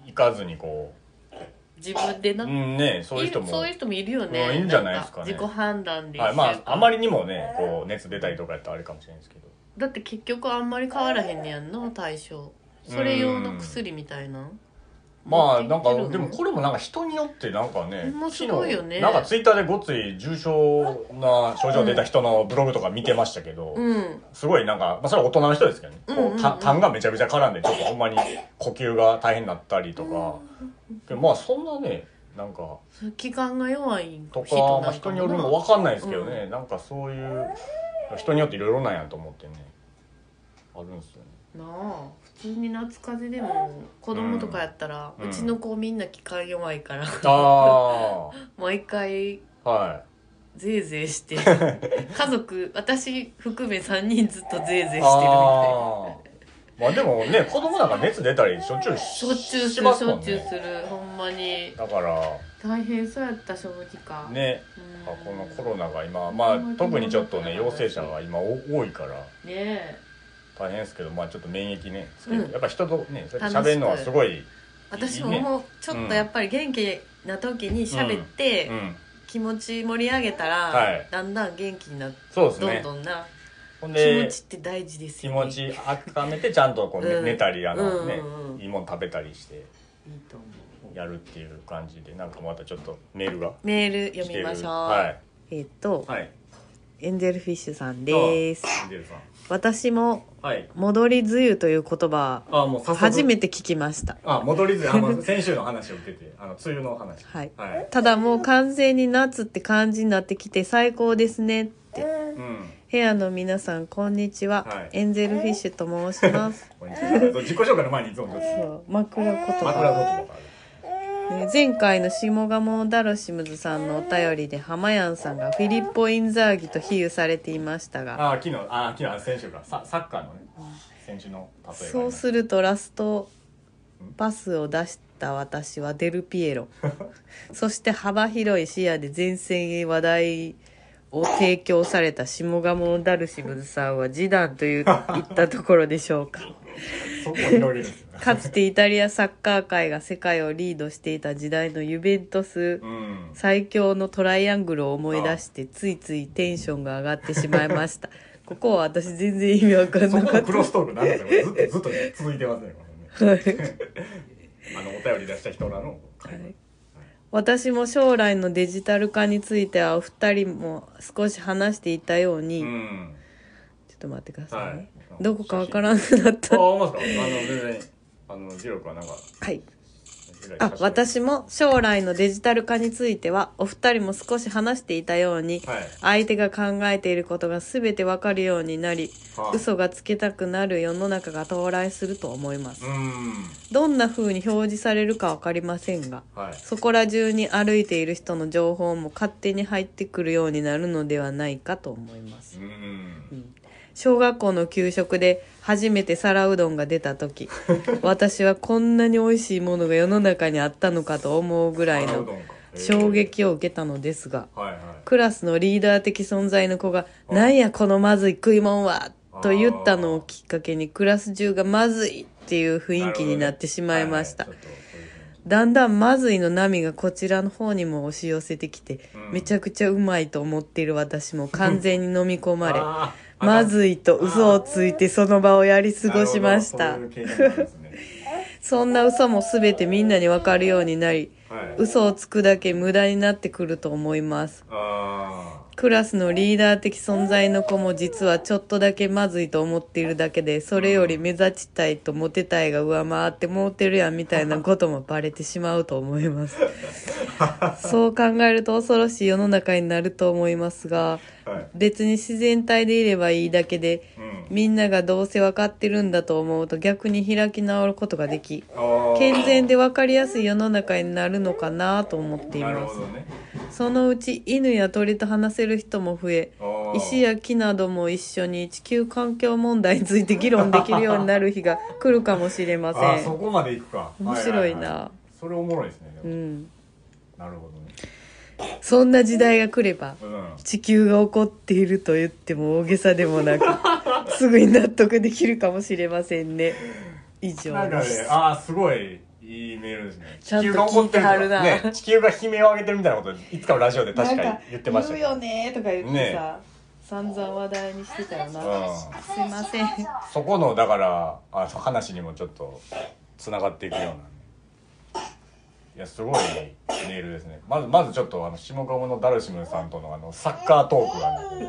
Speaker 2: 行かずにこ
Speaker 1: 自分で
Speaker 2: う
Speaker 1: な、
Speaker 2: うんねそういう人
Speaker 1: い
Speaker 2: も
Speaker 1: るそういう人もいるよね、
Speaker 2: うんいるんじゃないですかね
Speaker 1: ん自己判断で、
Speaker 2: はいまああまりにもねこう熱出たりとかやったらあれかもしれないですけど
Speaker 1: だって結局あんまり変わらへんねやんの対象それ用の薬みたいな
Speaker 2: まあ
Speaker 1: 持
Speaker 2: な
Speaker 1: っ
Speaker 2: ん
Speaker 1: てき
Speaker 2: か
Speaker 1: てるの
Speaker 2: でもこれもなんか人によってなんかね
Speaker 1: ほんますごいよね
Speaker 2: 昨日なんかツイッターでごっつい重症な症状出た人のブログとか見てましたけど、
Speaker 1: うん
Speaker 2: すごいなんか、まあ、それは大人の人ですけどね、
Speaker 1: うんうんうん
Speaker 2: こうた痰がめちゃめちゃ絡んでちょっとほんまに呼吸が大変になったりとか、でまあそんなねなんか
Speaker 1: そう気管が弱い
Speaker 2: と
Speaker 1: な
Speaker 2: か人,、
Speaker 1: ん
Speaker 2: ま
Speaker 1: な
Speaker 2: あ、人によるの分かんないですけどね、なんかそういう人によっていろいろなんやと思ってねあるんですよ
Speaker 1: *laughs*
Speaker 2: ね
Speaker 1: なあ普通に夏風邪でも子供とかやったら、
Speaker 2: う
Speaker 1: うんちの子みんな気管弱いから *laughs*
Speaker 2: あ
Speaker 1: 毎回
Speaker 2: あはい
Speaker 1: ゼーゼーして
Speaker 2: *laughs*
Speaker 1: 家族私含め3人ずっとゼーゼーしてるみたいな
Speaker 2: あーまあでもね子供なんか熱出たりしょっちゅうし
Speaker 1: しょっちゅうす
Speaker 2: し
Speaker 1: る
Speaker 2: ま
Speaker 1: し
Speaker 2: す
Speaker 1: ょ
Speaker 2: も
Speaker 1: っ
Speaker 2: ん
Speaker 1: ちゅう
Speaker 2: ね
Speaker 1: するほんまに
Speaker 2: だから
Speaker 1: 大変そうやった正直か、
Speaker 2: ね
Speaker 1: うん
Speaker 2: あこのコロナが今まあ特にちょっとね陽性者が今お多いから
Speaker 1: ねえ
Speaker 2: 大変ですけどまあちょっと免疫ねつけ
Speaker 1: うん
Speaker 2: てやっぱ人とねそうやって喋るのはすごい
Speaker 1: 私ももうちょっとやっぱり元気な時に喋って
Speaker 2: うん
Speaker 1: 気持ち盛り上げた
Speaker 2: は
Speaker 1: ら
Speaker 2: い
Speaker 1: だんだん元気になって
Speaker 2: そうです
Speaker 1: どん
Speaker 2: ね
Speaker 1: どんな
Speaker 2: ほん
Speaker 1: 気持
Speaker 2: で
Speaker 1: ちって大事です
Speaker 2: 気
Speaker 1: よ
Speaker 2: 持
Speaker 1: ね
Speaker 2: ち温めてちゃんとこうね
Speaker 1: うん
Speaker 2: 寝たりあのね
Speaker 1: うんうんうん
Speaker 2: いいもん食べたりして
Speaker 1: いいと思う
Speaker 2: やるっていう感じでなんかまたちょっとメールが
Speaker 1: メール
Speaker 2: 来
Speaker 1: 読
Speaker 2: て
Speaker 1: み
Speaker 2: る
Speaker 1: ましょう、
Speaker 2: はい
Speaker 1: えっと
Speaker 2: はい
Speaker 1: エンゼルフィッシュさんです
Speaker 2: デルさん
Speaker 1: 私も
Speaker 2: はい
Speaker 1: 戻り梅雨という言葉
Speaker 2: あーもう早速
Speaker 1: 初めて聞きました
Speaker 2: あ戻りずあの先週の話を受けてあの梅雨の話
Speaker 1: はい
Speaker 2: はい
Speaker 1: ただもう完全に夏って感じになってきて最高ですねって
Speaker 2: うん
Speaker 1: へヘアの皆さんこんにちは、
Speaker 2: はい
Speaker 1: エンゼルフィッシュと申し
Speaker 2: *laughs*
Speaker 1: ます、
Speaker 2: こんにちはそう自己紹介の前にいつもちょっと
Speaker 1: そう枕言
Speaker 2: 枕
Speaker 1: 葉、
Speaker 2: 言葉がある
Speaker 1: ね、前回の下鴨ダルシムズさんのお便りで浜やんさんがフィリッポ・インザーギと比喩されていましたが
Speaker 2: ああ昨日ああ昨日先週かササッカーのね先週の例えがありました
Speaker 1: そうするとラストパスを出した私はデルピエロ *laughs* そして幅広い視野で前線へ話題を提供された下鴨ダルシムズさんは示談という言ったところでしょうか
Speaker 2: *laughs* そこを広げるんですよね
Speaker 1: かつてイタリアサッカー界が世界をリードしていた時代のユベントス
Speaker 2: うん
Speaker 1: 最強のトライアングルを思い出してついついテンションが上がってしまいましたここは私全然意味わかん
Speaker 2: そ
Speaker 1: な
Speaker 2: こ
Speaker 1: か
Speaker 2: の
Speaker 1: った
Speaker 2: クロストークなんですよずっとずっと続いてますねこれねあのお便り出した人らの会話
Speaker 1: 私も将来のデジタル化についてはお二人も少し話していたように、
Speaker 2: うん
Speaker 1: ちょっと待ってくださいね、
Speaker 2: はい
Speaker 1: どこかわからんくなっ
Speaker 2: あ
Speaker 1: た
Speaker 2: あ思うんですかあの全然あの次郎君はなんか
Speaker 1: はいあ私も将来のデジタル化についてはお二人も少し話していたように、
Speaker 2: はい
Speaker 1: 相手が考えていることが全てわかるようになり、
Speaker 2: はい
Speaker 1: 嘘がつけたくなる世の中が到来すると思います、
Speaker 2: うん
Speaker 1: どんな風に表示されるかわかりませんが
Speaker 2: はい
Speaker 1: そこら中に歩いている人の情報も勝手に入ってくるようになるのではないかと思います
Speaker 2: う。ん
Speaker 1: 小学校の給食で初めて皿うどんが出た時、私はこんなに美味しいものが世の中にあったのかと思うぐらい
Speaker 2: 皿うど
Speaker 1: の
Speaker 2: んかへー
Speaker 1: 衝撃を受けたのですが、
Speaker 2: はいはい
Speaker 1: クラスのリーダー的存在の子が、
Speaker 2: あ
Speaker 1: なんやこのまずい食いもんは
Speaker 2: あー
Speaker 1: と言ったのをきっかけにクラス中がまずいっていう雰囲気になってしまいました
Speaker 2: な。るほどねはいはいちょっとそういうふうに
Speaker 1: だんだんまずいの波がこちらの方にも押し寄せてきて、
Speaker 2: うん
Speaker 1: めちゃくちゃうまいと思っている私も完全に飲み込まれ、
Speaker 2: あー
Speaker 1: まずいと嘘をついてその場をやり過ごしまし
Speaker 2: な
Speaker 1: た
Speaker 2: る。ほどそういう経験なんですね
Speaker 1: そんな嘘もすべてみんなにわかるようになり、
Speaker 2: はい
Speaker 1: 嘘をつくだけ無駄になってくると思います。
Speaker 2: あ
Speaker 1: クラスのリーダー的存在の子も実はちょっとだけまずいと思っているだけで、それより目立ちたいとモテたいが上回ってモテるやんみたいなこともバレてしまうと思います。そう考えると恐ろしい世の中になると思いますが、
Speaker 2: ーはい
Speaker 1: 別に自然体でいればいいだけで、
Speaker 2: うん
Speaker 1: みんながどうせ分かってるんだと思うと逆に開き直ることができ、
Speaker 2: あー
Speaker 1: 健全で分かりやすい世の中になるのかなと思ってい
Speaker 2: なる
Speaker 1: ま
Speaker 2: ほどね
Speaker 1: す。そのうち犬や鳥と話せる人も増え、
Speaker 2: あー
Speaker 1: 石や木なども一緒に地球環境問題について議論できるようになる日が来るかもしれま
Speaker 2: あー
Speaker 1: せ
Speaker 2: そ
Speaker 1: ん。
Speaker 2: こまで行くか
Speaker 1: 面白いな、
Speaker 2: はははそれおもろいですねでも
Speaker 1: うん。
Speaker 2: なるほどね
Speaker 1: そんな時代が来れば、
Speaker 2: うん
Speaker 1: 地球が起こっていると言っても大げさでもな
Speaker 2: *laughs*
Speaker 1: くすぐに納得できるかもしれませんね以上
Speaker 2: なんか
Speaker 1: で
Speaker 2: ね
Speaker 1: す
Speaker 2: ああすごいいいメールですね
Speaker 1: ちゃんと聞いてはるな
Speaker 2: 地球が怒ってるとかね地球が悲鳴を上げてるみたいなこといつかのラジオで確かに言ってました
Speaker 1: 言う
Speaker 2: け
Speaker 1: よ
Speaker 2: ど
Speaker 1: ねとか言ってさ、
Speaker 2: ね
Speaker 1: 散々話題にしてたらな、
Speaker 2: うん
Speaker 1: すいません
Speaker 2: そこのだからあの話にもちょっとつながっていくようなねいやすごいメールですねまずまずちょっとあの下鴨のダルシムさんとのあのサッカートークが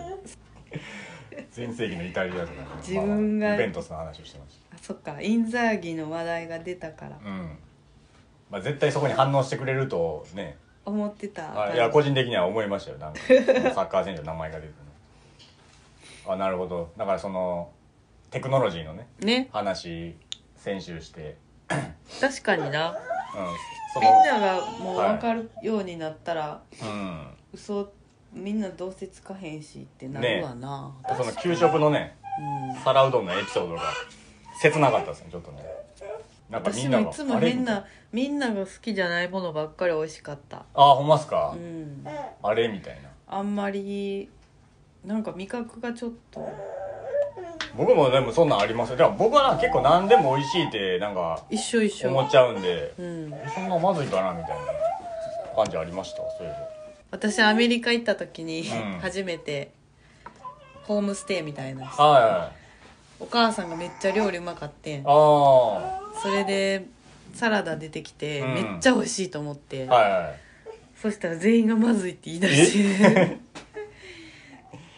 Speaker 2: ね *laughs* 全盛期のイタリアとか、ね、
Speaker 1: 自分が
Speaker 2: まあ、イベントスの話をしてまし
Speaker 1: あそっかインザーギの話題が出たから
Speaker 2: たうんまあ絶対そこに反応してくれるとね
Speaker 1: 思ってた、
Speaker 2: あいや個人的には思いましたよな
Speaker 1: *laughs*
Speaker 2: んかサッカー選手の名前が出てねあなるほどだからそのテクノロジーのね
Speaker 1: ね
Speaker 2: 話先週して、
Speaker 1: 確かにな
Speaker 2: うん、そ
Speaker 1: み
Speaker 2: の
Speaker 1: んながもう分かるようになったら、
Speaker 2: う
Speaker 1: 嘘みんなどうせつかへんしってなるわな、
Speaker 2: ん、その給食のね
Speaker 1: うん
Speaker 2: 皿うどんのエピソードが切なかったですねちょっとねなんかみ
Speaker 1: 私
Speaker 2: んな
Speaker 1: も
Speaker 2: が
Speaker 1: いつも
Speaker 2: あれ
Speaker 1: みんなみんなが好きじゃないものばっかり美味しかった
Speaker 2: あほんまっすか、
Speaker 1: うん
Speaker 2: あれみたいな
Speaker 1: あんまりなんか味覚がちょっと
Speaker 2: 僕もでもそんなんありますよでも僕はなんか結構何でも美味しいってなんか
Speaker 1: 一緒一緒
Speaker 2: 思っちゃうんで
Speaker 1: うん、
Speaker 2: そんなまずいかなみたいな感じありましたそうい
Speaker 1: 私アメリカ行った時に
Speaker 2: うん
Speaker 1: 初めてホームステイみたいな
Speaker 2: えばはいはい
Speaker 1: お母さんがめっちゃ料理うまかってん
Speaker 2: ああは
Speaker 1: それでサラダ出てきて
Speaker 2: うん
Speaker 1: めっちゃ美味しいと思って、
Speaker 2: いは
Speaker 1: そしたら全員がまずいって言い出
Speaker 2: *laughs*
Speaker 1: して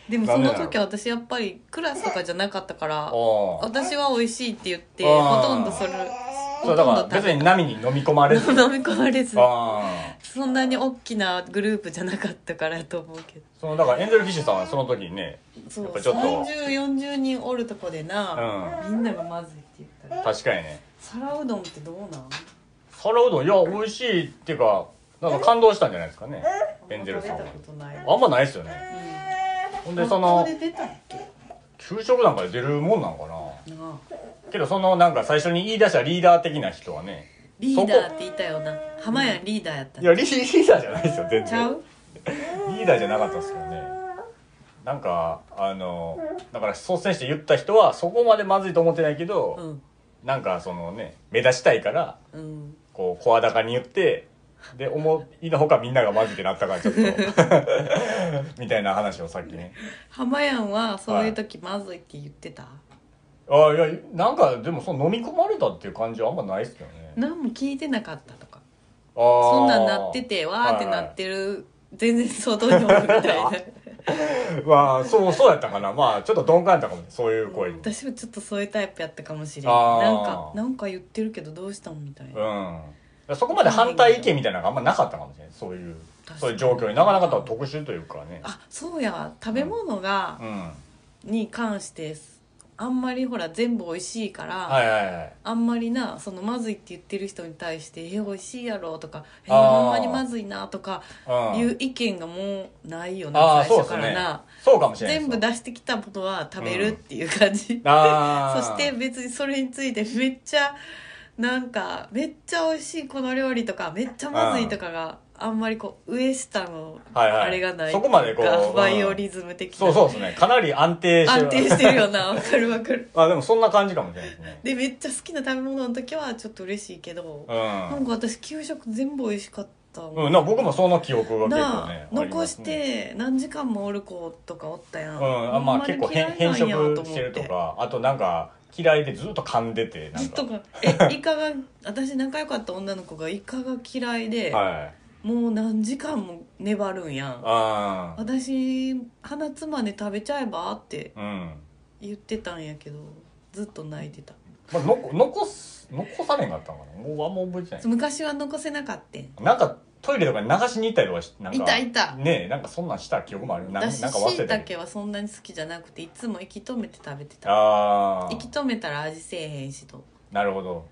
Speaker 1: でもその時は私やっぱりクラスとかじゃなかったから
Speaker 2: いおー
Speaker 1: 私は美味しいって言って
Speaker 2: あー
Speaker 1: ほとんどそれ
Speaker 2: そ
Speaker 1: ほ
Speaker 2: うだ
Speaker 1: とん
Speaker 2: か
Speaker 1: ど
Speaker 2: ら
Speaker 1: 食 *laughs*
Speaker 2: 別に波に飲み込まれ
Speaker 1: べ
Speaker 2: ず
Speaker 1: 飲み込まれず
Speaker 2: あ
Speaker 1: そんなに大きなグループじゃなかったからやと思うけど
Speaker 2: そのだからエンゼルフィッシュさんはその時にね
Speaker 1: そ
Speaker 2: や
Speaker 1: う
Speaker 2: っぱちょっと
Speaker 1: 3040人おるとこで
Speaker 2: う
Speaker 1: な、
Speaker 2: ん
Speaker 1: みんながまずいって言ったら
Speaker 2: 確かにね
Speaker 1: 皿うどんってどうなん
Speaker 2: 皿うどんいや美味しいっていうかなんか感動したんじゃないですかねエンゼルさ
Speaker 1: あ
Speaker 2: ん
Speaker 1: んま食
Speaker 2: は
Speaker 1: べたことない
Speaker 2: あんまないですよねほんでそ
Speaker 1: 学
Speaker 2: の
Speaker 1: 校で出たっけな
Speaker 2: 給食なんかで出るもんなんかな
Speaker 1: あ
Speaker 2: けどそのなんか最初に言い出したリーダー的な人はね
Speaker 1: リーダーって言ったよな浜やリーダーやった
Speaker 2: い
Speaker 1: ね
Speaker 2: やリリーダーじゃないですよ全
Speaker 1: ちゃ
Speaker 2: 然
Speaker 1: う
Speaker 2: リーダーじゃなかったですけどねなんかあのだから率先して言った人はそこまでまずいと思ってないけ
Speaker 1: う
Speaker 2: ど、
Speaker 1: ん
Speaker 2: なんかそのね目立ちたいから
Speaker 1: うん
Speaker 2: こう声高に言ってで思いのほかみんながまずいってなったからちょっと *laughs* みたいな話をさっきね
Speaker 1: 浜やんはそういう時まずいって言ってた、
Speaker 2: あいやなんかでもその飲み込まれたっていう感じはあんまないっすけどね
Speaker 1: 何も聞いてなかったとか
Speaker 2: あー
Speaker 1: そんなんなっててわーってなってる、全然外におるみたい
Speaker 2: *laughs*
Speaker 1: な
Speaker 2: まあそうそうやったかなまあちょっと鈍感やったかもそういう声にうん
Speaker 1: 私もちょっとそういうタイプやったかもしれん
Speaker 2: あー
Speaker 1: なんかなんか言ってるけどどうしたんみたいな、
Speaker 2: そこまで反対意見みたいなのがあんまなかったかもしれないそういう
Speaker 1: 確かに
Speaker 2: そういう状況になかなかと特殊というかね
Speaker 1: あそうや食べ物が
Speaker 2: う、ん
Speaker 1: に関してあんまりほら全部美味しいから、
Speaker 2: はいはいはい
Speaker 1: あんまりなそのまずいって言ってる人に対して「え美味しいやろ」とか「え
Speaker 2: あー
Speaker 1: ほんまにまずいな」とか
Speaker 2: うん
Speaker 1: いう意見がもうないよ
Speaker 2: あ
Speaker 1: な
Speaker 2: あ
Speaker 1: 最
Speaker 2: そうで
Speaker 1: 初
Speaker 2: す
Speaker 1: から
Speaker 2: ね
Speaker 1: な、
Speaker 2: そうかもしれない
Speaker 1: 全部
Speaker 2: だ
Speaker 1: 出してきたものは食べるっていう感じ、
Speaker 2: あ
Speaker 1: そ
Speaker 2: あ
Speaker 1: して別にそれについてめっちゃなんかめっちゃ美味しいこの料理とかめっちゃまずいとかがあんまりこう上下の
Speaker 2: はいはい
Speaker 1: あれがない
Speaker 2: そこまでこう
Speaker 1: なんか
Speaker 2: うん
Speaker 1: バイオリズム的な
Speaker 2: そうそうですねかなり安定してる
Speaker 1: 安定してるよなわかるわかる
Speaker 2: *laughs* あでもそんな感じかもしれないですね
Speaker 1: でめっちゃ好きな食べ物の時はちょっと嬉しいけど、な
Speaker 2: うん
Speaker 1: か私給食全部美味しかったもん、
Speaker 2: ん、うん、なんか僕もその記憶が結
Speaker 1: な
Speaker 2: 構
Speaker 1: あ、
Speaker 2: ねあり
Speaker 1: 残
Speaker 2: ま
Speaker 1: し
Speaker 2: すね
Speaker 1: て何時間もおる子とかおったやん、
Speaker 2: うん、あまあ結構変変色してると
Speaker 1: か
Speaker 2: かあとなんか嫌いでずっと噛んでてなん
Speaker 1: ずっと
Speaker 2: か
Speaker 1: かえイカが私仲良かった女の子がイカが嫌いで、
Speaker 2: はい
Speaker 1: もう何時間も粘るんやん
Speaker 2: あー
Speaker 1: 私鼻つまんで食べちゃえばって
Speaker 2: うん、
Speaker 1: 言ってたんやけどずっと泣いてた
Speaker 2: まあ、のこ残す残されんかったのかなもうあんま覚えてない
Speaker 1: 昔は残せなかったん
Speaker 2: なんかトイレとかに流しに行ったりとかしなんか
Speaker 1: いたいた
Speaker 2: ねえなんかそんなんした記憶もあるななん
Speaker 1: 私
Speaker 2: か
Speaker 1: し
Speaker 2: 忘れ
Speaker 1: い
Speaker 2: た
Speaker 1: た
Speaker 2: け
Speaker 1: け
Speaker 2: ど
Speaker 1: はそんなに好きじゃなくていつも息止めて食べてた
Speaker 2: ああ
Speaker 1: 息止めたら味せえへんしと
Speaker 2: なるほど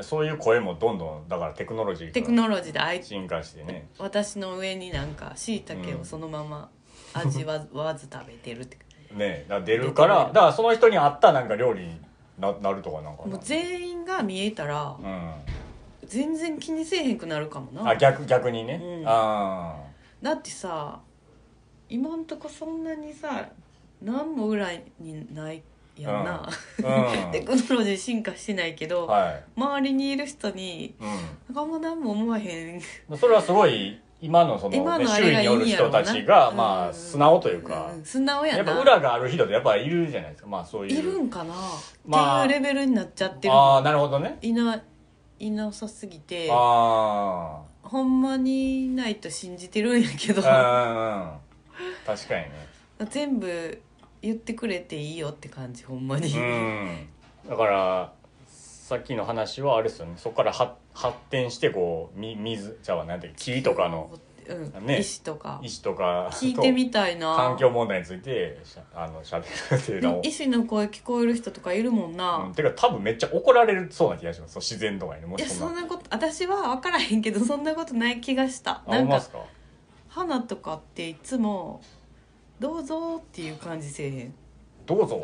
Speaker 2: そういう声もどんどんだからテクノロジ
Speaker 1: テク
Speaker 2: ー
Speaker 1: ノ
Speaker 2: が
Speaker 1: ロジーであい
Speaker 2: 進化してね
Speaker 1: 私の上になんかしいたけをそのまま味わわず食べてるっ
Speaker 2: *laughs*
Speaker 1: て
Speaker 2: ねえだから出るからだからその人に合ったなんか料理にななるとかなんかな
Speaker 1: もう全員が見えたら
Speaker 2: うん
Speaker 1: 全然気にせえへんくなるかも
Speaker 2: あ
Speaker 1: な
Speaker 2: 逆逆にね、
Speaker 1: うん
Speaker 2: あ
Speaker 1: だってさ今んとこそんなにさ何も裏にないやんな、 *laughs*
Speaker 2: あ
Speaker 1: テクノロジー進化してないけ
Speaker 2: う
Speaker 1: ど、
Speaker 2: んはい、
Speaker 1: 周りにいる人に
Speaker 2: う
Speaker 1: なんかあんま何も思わへん
Speaker 2: ん、それはすごい今のその
Speaker 1: 今のあ
Speaker 2: 周
Speaker 1: れ
Speaker 2: 囲
Speaker 1: がいい
Speaker 2: によ
Speaker 1: ん
Speaker 2: る
Speaker 1: やろ
Speaker 2: 人
Speaker 1: うな
Speaker 2: たちが
Speaker 1: うん
Speaker 2: まあ素直というか、
Speaker 1: うん素直やな
Speaker 2: やっぱ裏がある人ってやっぱいるじゃないですかまあそういう
Speaker 1: いるんかな、
Speaker 2: まあ
Speaker 1: っていうレベルになっちゃってる
Speaker 2: ああなるほどね
Speaker 1: いないなさすぎて
Speaker 2: あ
Speaker 1: ほんまにいないと信じてるんやけど
Speaker 2: あうんうんうん確かにね
Speaker 1: 全部言ってくれていいよって感じほんまに、
Speaker 2: うんだからさっきの話はあれですよねそこからは発展してこうみ水じゃあ何ていう木とかの、
Speaker 1: うん
Speaker 2: ね
Speaker 1: 石とか
Speaker 2: 石とか
Speaker 1: 聞いてみたいな
Speaker 2: 環境問題についてしゃあの喋るっていう
Speaker 1: で
Speaker 2: の
Speaker 1: も
Speaker 2: を、
Speaker 1: 医師の声聞こえる人とかいるもん
Speaker 2: うん、
Speaker 1: な、
Speaker 2: てか多分めっちゃ怒られるそうな気がしますそう自然とかにねも
Speaker 1: い
Speaker 2: し
Speaker 1: やそ
Speaker 2: そ
Speaker 1: ん
Speaker 2: んな
Speaker 1: なこと私は分からへんけどそんなことない気がした
Speaker 2: あ
Speaker 1: な
Speaker 2: 思い
Speaker 1: ん
Speaker 2: ま
Speaker 1: か
Speaker 2: すか
Speaker 1: 花とかっていつも「どうぞ」っていう感じせえへん
Speaker 2: どうぞ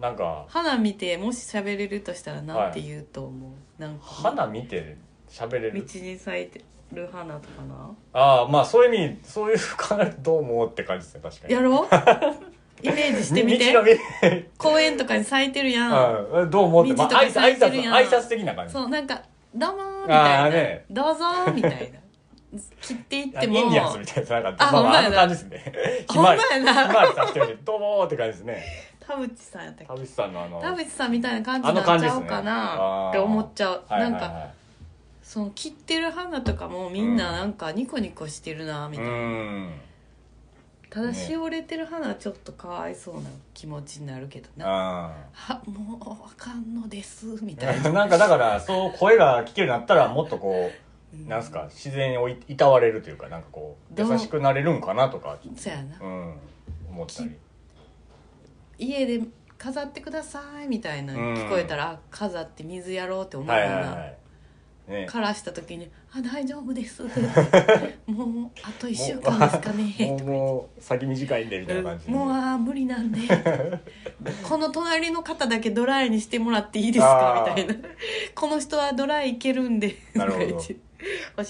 Speaker 2: なんか
Speaker 1: 花見てもし喋れるとしたらなんて言うと思う、なんか
Speaker 2: 花見て喋れ
Speaker 1: 道
Speaker 2: る
Speaker 1: に咲いてる花とかな
Speaker 2: ああまあそういう意味そういう考えるとどう思うって感じですね確かに
Speaker 1: やろう
Speaker 2: *laughs*
Speaker 1: イメージしてみて
Speaker 2: 道の見
Speaker 1: 公園とかに咲いてるやん、
Speaker 2: うんどう思うって、まあ、
Speaker 1: 道とか
Speaker 2: 挨
Speaker 1: 咲
Speaker 2: 拶
Speaker 1: いてるやん
Speaker 2: 挨拶的な感じ
Speaker 1: そうなんか「どうも」みた
Speaker 2: あ
Speaker 1: いな
Speaker 2: ーね
Speaker 1: 「どうぞ」みたいな切っていっ
Speaker 2: あ
Speaker 1: て
Speaker 2: イ
Speaker 1: も
Speaker 2: ンディアンスみたいななんか
Speaker 1: あ
Speaker 2: まあまああ
Speaker 1: ほんまや
Speaker 2: の
Speaker 1: な
Speaker 2: 感じですねひ
Speaker 1: *laughs* ほん
Speaker 2: ま
Speaker 1: ま
Speaker 2: わり
Speaker 1: や
Speaker 2: ひま
Speaker 1: な
Speaker 2: わりさしてるどうもーって感じですね
Speaker 1: 田淵さんやったっ
Speaker 2: 田
Speaker 1: け
Speaker 2: 淵さんのあの
Speaker 1: 田淵さんみたいな感じ
Speaker 2: あ
Speaker 1: に
Speaker 2: の
Speaker 1: なっ
Speaker 2: 感
Speaker 1: ち
Speaker 2: じで
Speaker 1: ゃ
Speaker 2: す
Speaker 1: う
Speaker 2: ね
Speaker 1: か
Speaker 2: あ
Speaker 1: な
Speaker 2: ー
Speaker 1: って思っちゃう、
Speaker 2: はいはい
Speaker 1: な
Speaker 2: は
Speaker 1: ん
Speaker 2: い
Speaker 1: かその切ってる花とかもみんななんかニコニコしてるなみ
Speaker 2: う
Speaker 1: たいな、
Speaker 2: ん
Speaker 1: ただしおれてる花はちょっとかわいそうな気持ちになるけどな
Speaker 2: ああ
Speaker 1: はもうあかんのですみたいな
Speaker 2: *laughs* なんかだからそう声が聞けるようになったらもっとこうなんすか自然をいいたわれるというかなんかこう
Speaker 1: どう
Speaker 2: 優しくなれるんかなとか、
Speaker 1: そうやな
Speaker 2: うん、思ったり
Speaker 1: 家で飾ってくださいみたいな
Speaker 2: うん
Speaker 1: 聞こえたら、あ飾って水やろうって思うよ
Speaker 2: は
Speaker 1: う
Speaker 2: いはい
Speaker 1: な、
Speaker 2: はいね
Speaker 1: からした時に「あ大丈夫です」
Speaker 2: *laughs*
Speaker 1: もうあと1週間ですかね」
Speaker 2: もうもう先短いんでみたいな感じで
Speaker 1: もうあー無理
Speaker 2: *laughs*
Speaker 1: なんでこの隣の方だけドライにしてもらっていいです
Speaker 2: あ
Speaker 1: か
Speaker 2: ー
Speaker 1: みたいな「この人はドライいけるんで」*laughs*
Speaker 2: なるほど
Speaker 1: 教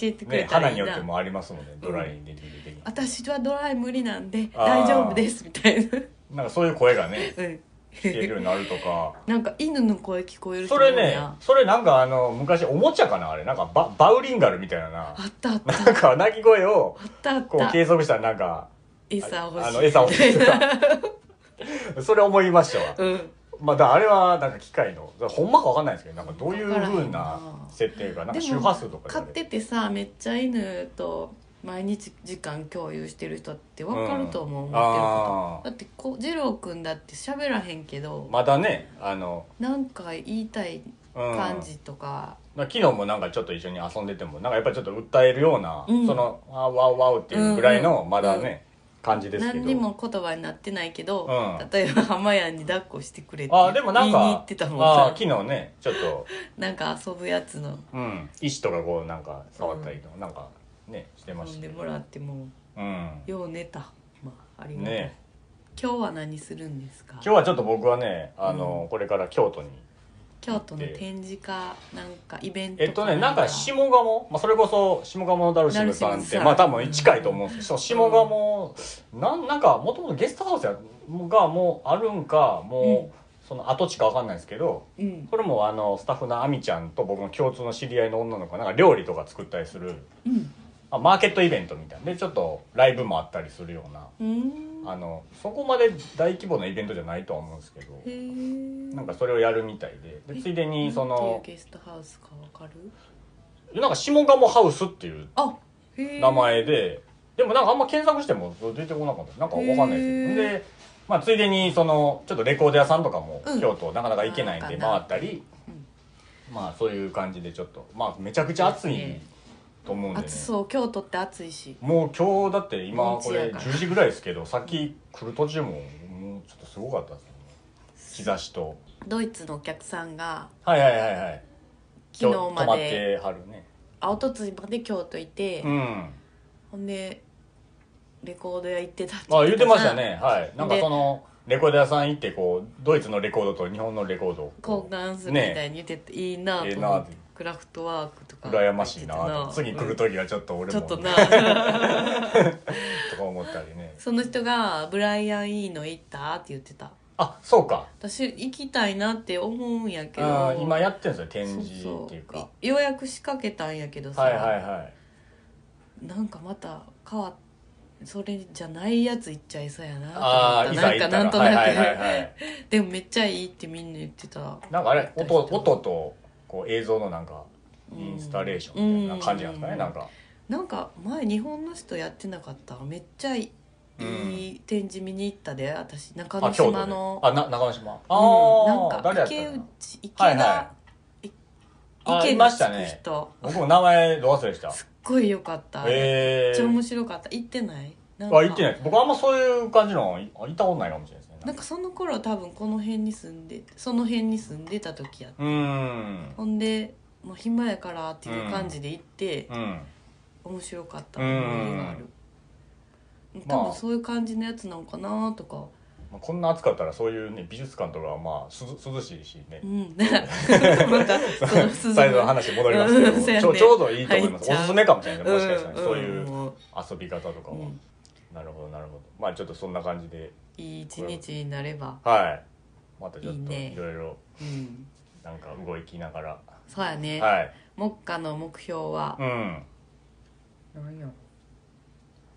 Speaker 1: えてくれ
Speaker 2: ね
Speaker 1: たら
Speaker 2: 花
Speaker 1: いい
Speaker 2: によって
Speaker 1: な、
Speaker 2: もありますもんねドライにできる的に、
Speaker 1: 私はドライ無理なんで
Speaker 2: あー
Speaker 1: 大丈夫ですみたいな、
Speaker 2: なんかそういう声がね
Speaker 1: うん、
Speaker 2: 聞けるようになると
Speaker 1: *laughs*
Speaker 2: か
Speaker 1: なんか犬の声聞こえる人
Speaker 2: そ
Speaker 1: 多い
Speaker 2: れね
Speaker 1: な
Speaker 2: それなんかあの昔おもちゃかなあれなんかババウリンガルみたいなな
Speaker 1: あったあった
Speaker 2: なんか鳴き声を
Speaker 1: あったあっ
Speaker 2: こう
Speaker 1: た
Speaker 2: 計測したらなんか
Speaker 1: 餌欲しい
Speaker 2: あの餌欲
Speaker 1: *laughs*
Speaker 2: しいとかそれ思い *laughs* ましたわ
Speaker 1: うん
Speaker 2: まあ、だからあれはなんか機械のほんまかわかんないですけどなんかどういうふうな設定かなんか周波数とか
Speaker 1: 飼
Speaker 2: で
Speaker 1: っててさめっちゃ犬と毎日時間共有してる人って分かると思う、思ってること
Speaker 2: あ
Speaker 1: だってこう二郎君だって喋らへんけ
Speaker 2: ー
Speaker 1: ど、
Speaker 2: まだねあの、
Speaker 1: なんか言いたい
Speaker 2: うん、
Speaker 1: 感じとか、
Speaker 2: 昨日もなんかちょっと一緒に遊んでてもなんかやっぱりちょっと訴えるような、
Speaker 1: うん
Speaker 2: そのあーわうわうっていうぐらいのまだね、
Speaker 1: うんう
Speaker 2: 感じですけ
Speaker 1: 何に
Speaker 2: ど
Speaker 1: も言葉になってないけど、
Speaker 2: うん
Speaker 1: 例えば浜やんに抱っこしてくれって
Speaker 2: あーでもなん
Speaker 1: 言いに行
Speaker 2: か
Speaker 1: ってたもん
Speaker 2: あー
Speaker 1: さ
Speaker 2: 昨日ねちょっと、
Speaker 1: なんか遊ぶやつの
Speaker 2: うん、石とかこうなんか触ったりとか、なんかねしてま
Speaker 1: 飲
Speaker 2: し
Speaker 1: ん
Speaker 2: た
Speaker 1: で
Speaker 2: けど
Speaker 1: もらっても
Speaker 2: うん
Speaker 1: うよう寝た、まあ、ありがとう、
Speaker 2: ね
Speaker 1: 今日は何するんですか
Speaker 2: 今日はちょっと僕はねあの、
Speaker 1: うん
Speaker 2: これから京都に
Speaker 1: 京都の展示かなんかイベント
Speaker 2: えっとね、なんか下
Speaker 1: 下
Speaker 2: 鴨、まあ、それこそ下鴨のダルシムさん
Speaker 1: ダル
Speaker 2: っ
Speaker 1: シ
Speaker 2: て、
Speaker 1: ムさん
Speaker 2: まあ多分近いと思うんですけど、そう下鴨、なん、なんか、もともとゲストハウスやがもうあるんか、もう、その跡地かわかんないですけど、
Speaker 1: うん
Speaker 2: これもあの、スタッフのアミちゃんと僕の共通の知り合いの女の子が、なんか料理とか作ったりする、
Speaker 1: うん
Speaker 2: あマーケットイベントみたいな。で、ちょっとライブもあったりするような、
Speaker 1: うん
Speaker 2: あの、そこまで大規模なイベントじゃないとは思うんですけど、
Speaker 1: へえ
Speaker 2: なんかそれをやるみたいで、でついでに、その
Speaker 1: て、いうゲストハウスかわかる
Speaker 2: なんか下鴨ハウスっていう、
Speaker 1: あへえ
Speaker 2: 名前で、でもなんかあんま検索しても出てこなかった。なんかわかんないですけど。
Speaker 1: へー
Speaker 2: で、まあついでにその、ちょっとレコード屋さんとかも
Speaker 1: うん
Speaker 2: 京都なかなか行けないんで
Speaker 1: なか
Speaker 2: 回
Speaker 1: な
Speaker 2: っ
Speaker 1: か
Speaker 2: たり
Speaker 1: うん、
Speaker 2: まあそういう感じでちょっと、まあめちゃくちゃ暑いと思うんでね
Speaker 1: 暑。そう京都って暑いし
Speaker 2: もう今日だって今こ
Speaker 1: 日
Speaker 2: れ
Speaker 1: 曜から
Speaker 2: 10時ぐらいですけど、さっき来る途中も、もうちょっとすごかったですね。日差しと。
Speaker 1: ドイツのお客さんが
Speaker 2: はいはいはいはい。
Speaker 1: 昨
Speaker 2: 今
Speaker 1: 日
Speaker 2: 日泊ま
Speaker 1: ま
Speaker 2: っ
Speaker 1: で
Speaker 2: てはるね。
Speaker 1: 青とつまで京都いて、
Speaker 2: うん。
Speaker 1: ほんでレコード屋行ってたって
Speaker 2: あ言ってました
Speaker 1: な
Speaker 2: ねはいなんか
Speaker 1: で
Speaker 2: そのレコード屋さん行ってこうドイツのレコードと日本のレコードを
Speaker 1: 交
Speaker 2: こう
Speaker 1: 換するみたいに言ってて、いいな
Speaker 2: ええ
Speaker 1: と
Speaker 2: な
Speaker 1: 思
Speaker 2: あ
Speaker 1: ってクラフトワークとか
Speaker 2: 羨ましいなと次来る
Speaker 1: と、
Speaker 2: 時はちょっと俺
Speaker 1: ちょ
Speaker 2: も
Speaker 1: っと
Speaker 2: と
Speaker 1: な
Speaker 2: か思った
Speaker 1: *laughs*
Speaker 2: りね
Speaker 1: その人が「ブライアン・イーノ行った?」って言ってた
Speaker 2: あそうか
Speaker 1: 私行きたいなって思うんやけ
Speaker 2: あ
Speaker 1: ど
Speaker 2: ー今やってるんですよ展示
Speaker 1: そう
Speaker 2: っていうか
Speaker 1: そういようやく仕掛けたんやけどさ、
Speaker 2: はいはいはい
Speaker 1: なんかまた変わっそれじゃないやつ行っちゃいそうやなと思
Speaker 2: ああい
Speaker 1: った
Speaker 2: ざ
Speaker 1: なん
Speaker 2: 行
Speaker 1: か
Speaker 2: った
Speaker 1: な
Speaker 2: ら
Speaker 1: んと
Speaker 2: はい
Speaker 1: な
Speaker 2: はい
Speaker 1: く、
Speaker 2: はいはい
Speaker 1: *laughs* でもめっちゃいいってみんな言ってた
Speaker 2: なんかあ
Speaker 1: *laughs*
Speaker 2: れ音音とこう映像のなんかインスタレーションみたいな感じなんですかね
Speaker 1: うん
Speaker 2: なんか
Speaker 1: なんか前日本の人やってなかっためっちゃいい,、
Speaker 2: うん
Speaker 1: 展示見に行ったで私中
Speaker 2: あ
Speaker 1: 之
Speaker 2: 京
Speaker 1: 島
Speaker 2: 都で
Speaker 1: の
Speaker 2: あな中之島あ
Speaker 1: うん
Speaker 2: あ
Speaker 1: な
Speaker 2: ー
Speaker 1: ん
Speaker 2: 誰
Speaker 1: か
Speaker 2: やった
Speaker 1: 池
Speaker 2: か
Speaker 1: 内
Speaker 2: な
Speaker 1: 池
Speaker 2: は
Speaker 1: 田
Speaker 2: いはあい
Speaker 1: 池
Speaker 2: ま
Speaker 1: 田
Speaker 2: した
Speaker 1: つ
Speaker 2: ね
Speaker 1: く人
Speaker 2: 僕も名前ど忘れした
Speaker 1: すっごい良かった、め
Speaker 2: え
Speaker 1: っ
Speaker 2: え
Speaker 1: ちゃ面白かった行ってないなんか
Speaker 2: あ、行ってないです。僕あんまそういう感じの、いあいたことないかもしれないです
Speaker 1: な
Speaker 2: ね
Speaker 1: ん。かその頃多分この辺に住んでその辺に住んでた時やった
Speaker 2: うーん。
Speaker 1: ほんでもう暇やからっていう感じで行って、
Speaker 2: うん。
Speaker 1: 面白かった思い出がある、
Speaker 2: まあ
Speaker 1: 多分そういう感じのやつなのかなとか、
Speaker 2: まあ、こんな暑かったら、そういうね、美術館とかは、まあ、すず涼しいしね
Speaker 1: う。ん *laughs* またその鈴
Speaker 2: サイズの話戻りますけ
Speaker 1: うんそう
Speaker 2: ど、
Speaker 1: やね
Speaker 2: ちょちょうどいいと思います。
Speaker 1: 入っちゃ
Speaker 2: お
Speaker 1: う
Speaker 2: すすめかもしれないです。もしかしたら、
Speaker 1: ん
Speaker 2: そういうん
Speaker 1: も
Speaker 2: 遊び方とか
Speaker 1: う
Speaker 2: は。
Speaker 1: ん
Speaker 2: なるほど、なるほど。まあ、ちょっとそんな感じで、
Speaker 1: いい一日になれば、
Speaker 2: はい。またちょっと
Speaker 1: いいね
Speaker 2: いろいろ、
Speaker 1: うん、
Speaker 2: なんか動きながら。
Speaker 1: そうやね、
Speaker 2: はい。
Speaker 1: 目下の目標は
Speaker 2: う、ん。
Speaker 1: なんやろ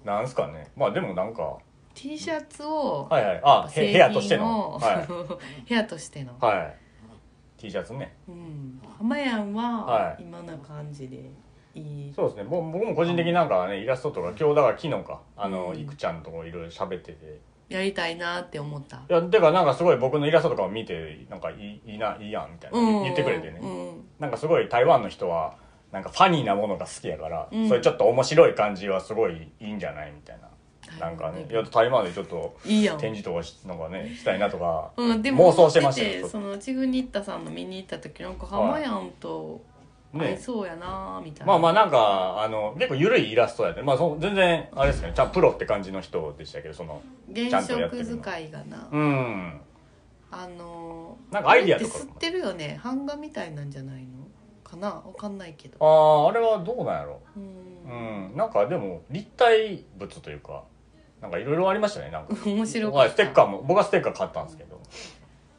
Speaker 2: なんすかね。まあ、でも、なんか。
Speaker 1: T シャツを、
Speaker 2: はいはい。あ、へ
Speaker 1: 製
Speaker 2: 部
Speaker 1: 品を
Speaker 2: 屋としての。は
Speaker 1: *laughs* 部屋としての
Speaker 2: い。はい。T シャツね。
Speaker 1: うん、浜やんは
Speaker 2: はい
Speaker 1: 今な感じでいい、
Speaker 2: そうですねぼ僕も個人的になんかねイラストとか今日だから昨日かあの、
Speaker 1: うん
Speaker 2: いくちゃんとこいろいろ喋ってて
Speaker 1: やりたいなって思った
Speaker 2: いやてかなんかすごい僕のイラストとかを見てなんかいいいいないいやんみたいな、
Speaker 1: うん
Speaker 2: 言ってくれてね、
Speaker 1: うん
Speaker 2: なんかすごい台湾の人はなんかファニーなものが好きやから、
Speaker 1: うん
Speaker 2: それちょっと面白い感じはすごいいいんじゃないみたいな。なんかね、
Speaker 1: 台湾
Speaker 2: いや台湾でちょっと
Speaker 1: いいやん
Speaker 2: 展示とかしなんかねしたいなとか、
Speaker 1: うん、でも
Speaker 2: 妄想してましたよ
Speaker 1: 見ててそのチグニッタさんの見に行った時なんか浜やんと合い
Speaker 2: ね、
Speaker 1: そうやなーみたいな、
Speaker 2: まあまあなんかあの結構緩いイラストやで、まあその全然あれですかね、ちゃんプロって感じの人でしたけどその
Speaker 1: 原色使いがな、
Speaker 2: うん
Speaker 1: あのー
Speaker 2: なんかアイディアとか
Speaker 1: あれって吸ってるよね版画みたいなんじゃないのかなわかんないけど
Speaker 2: あああれはどうなんやろ
Speaker 1: う
Speaker 2: う、
Speaker 1: ん、
Speaker 2: うん、なんかでも立体物というかなんかいろいろありましたねなんか
Speaker 1: 面白かっ
Speaker 2: はい
Speaker 1: た
Speaker 2: ステッカーも僕はステッカー買ったんですけど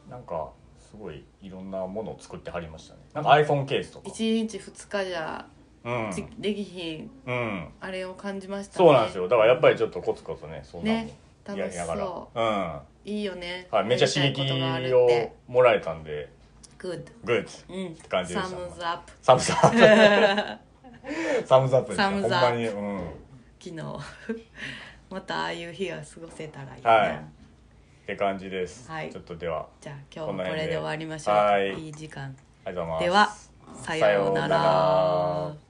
Speaker 2: なんかすごいいろんなものを作ってはりましたねなんか iPhone ケースとか
Speaker 1: 1日2日じゃ
Speaker 2: うん
Speaker 1: ち、できひん
Speaker 2: うん、
Speaker 1: あれを感じましたね
Speaker 2: そうなんですよだからやっぱりちょっとコツコツねそんなん
Speaker 1: ね
Speaker 2: も
Speaker 1: 楽
Speaker 2: や
Speaker 1: し
Speaker 2: りながら、
Speaker 1: そうういいよね
Speaker 2: んはい、めっちゃ刺激をもらえたんで
Speaker 1: グッ
Speaker 2: グッズ
Speaker 1: ドうん
Speaker 2: て感じでした
Speaker 1: サムズアップ
Speaker 2: サムズアッ
Speaker 1: *laughs*
Speaker 2: プサムズアップですね
Speaker 1: サムズアップ
Speaker 2: ほんまにうん
Speaker 1: 昨日 *laughs* またああいう日が過ごせたらいいな、
Speaker 2: はいって感じです、
Speaker 1: はい
Speaker 2: ちょっとでは
Speaker 1: じゃあ今日
Speaker 2: こ
Speaker 1: は
Speaker 2: の
Speaker 1: こ
Speaker 2: 辺で
Speaker 1: れで終わりましょう
Speaker 2: はい
Speaker 1: い時間
Speaker 2: ありがとうございます
Speaker 1: ではさような
Speaker 2: さようなら
Speaker 1: ら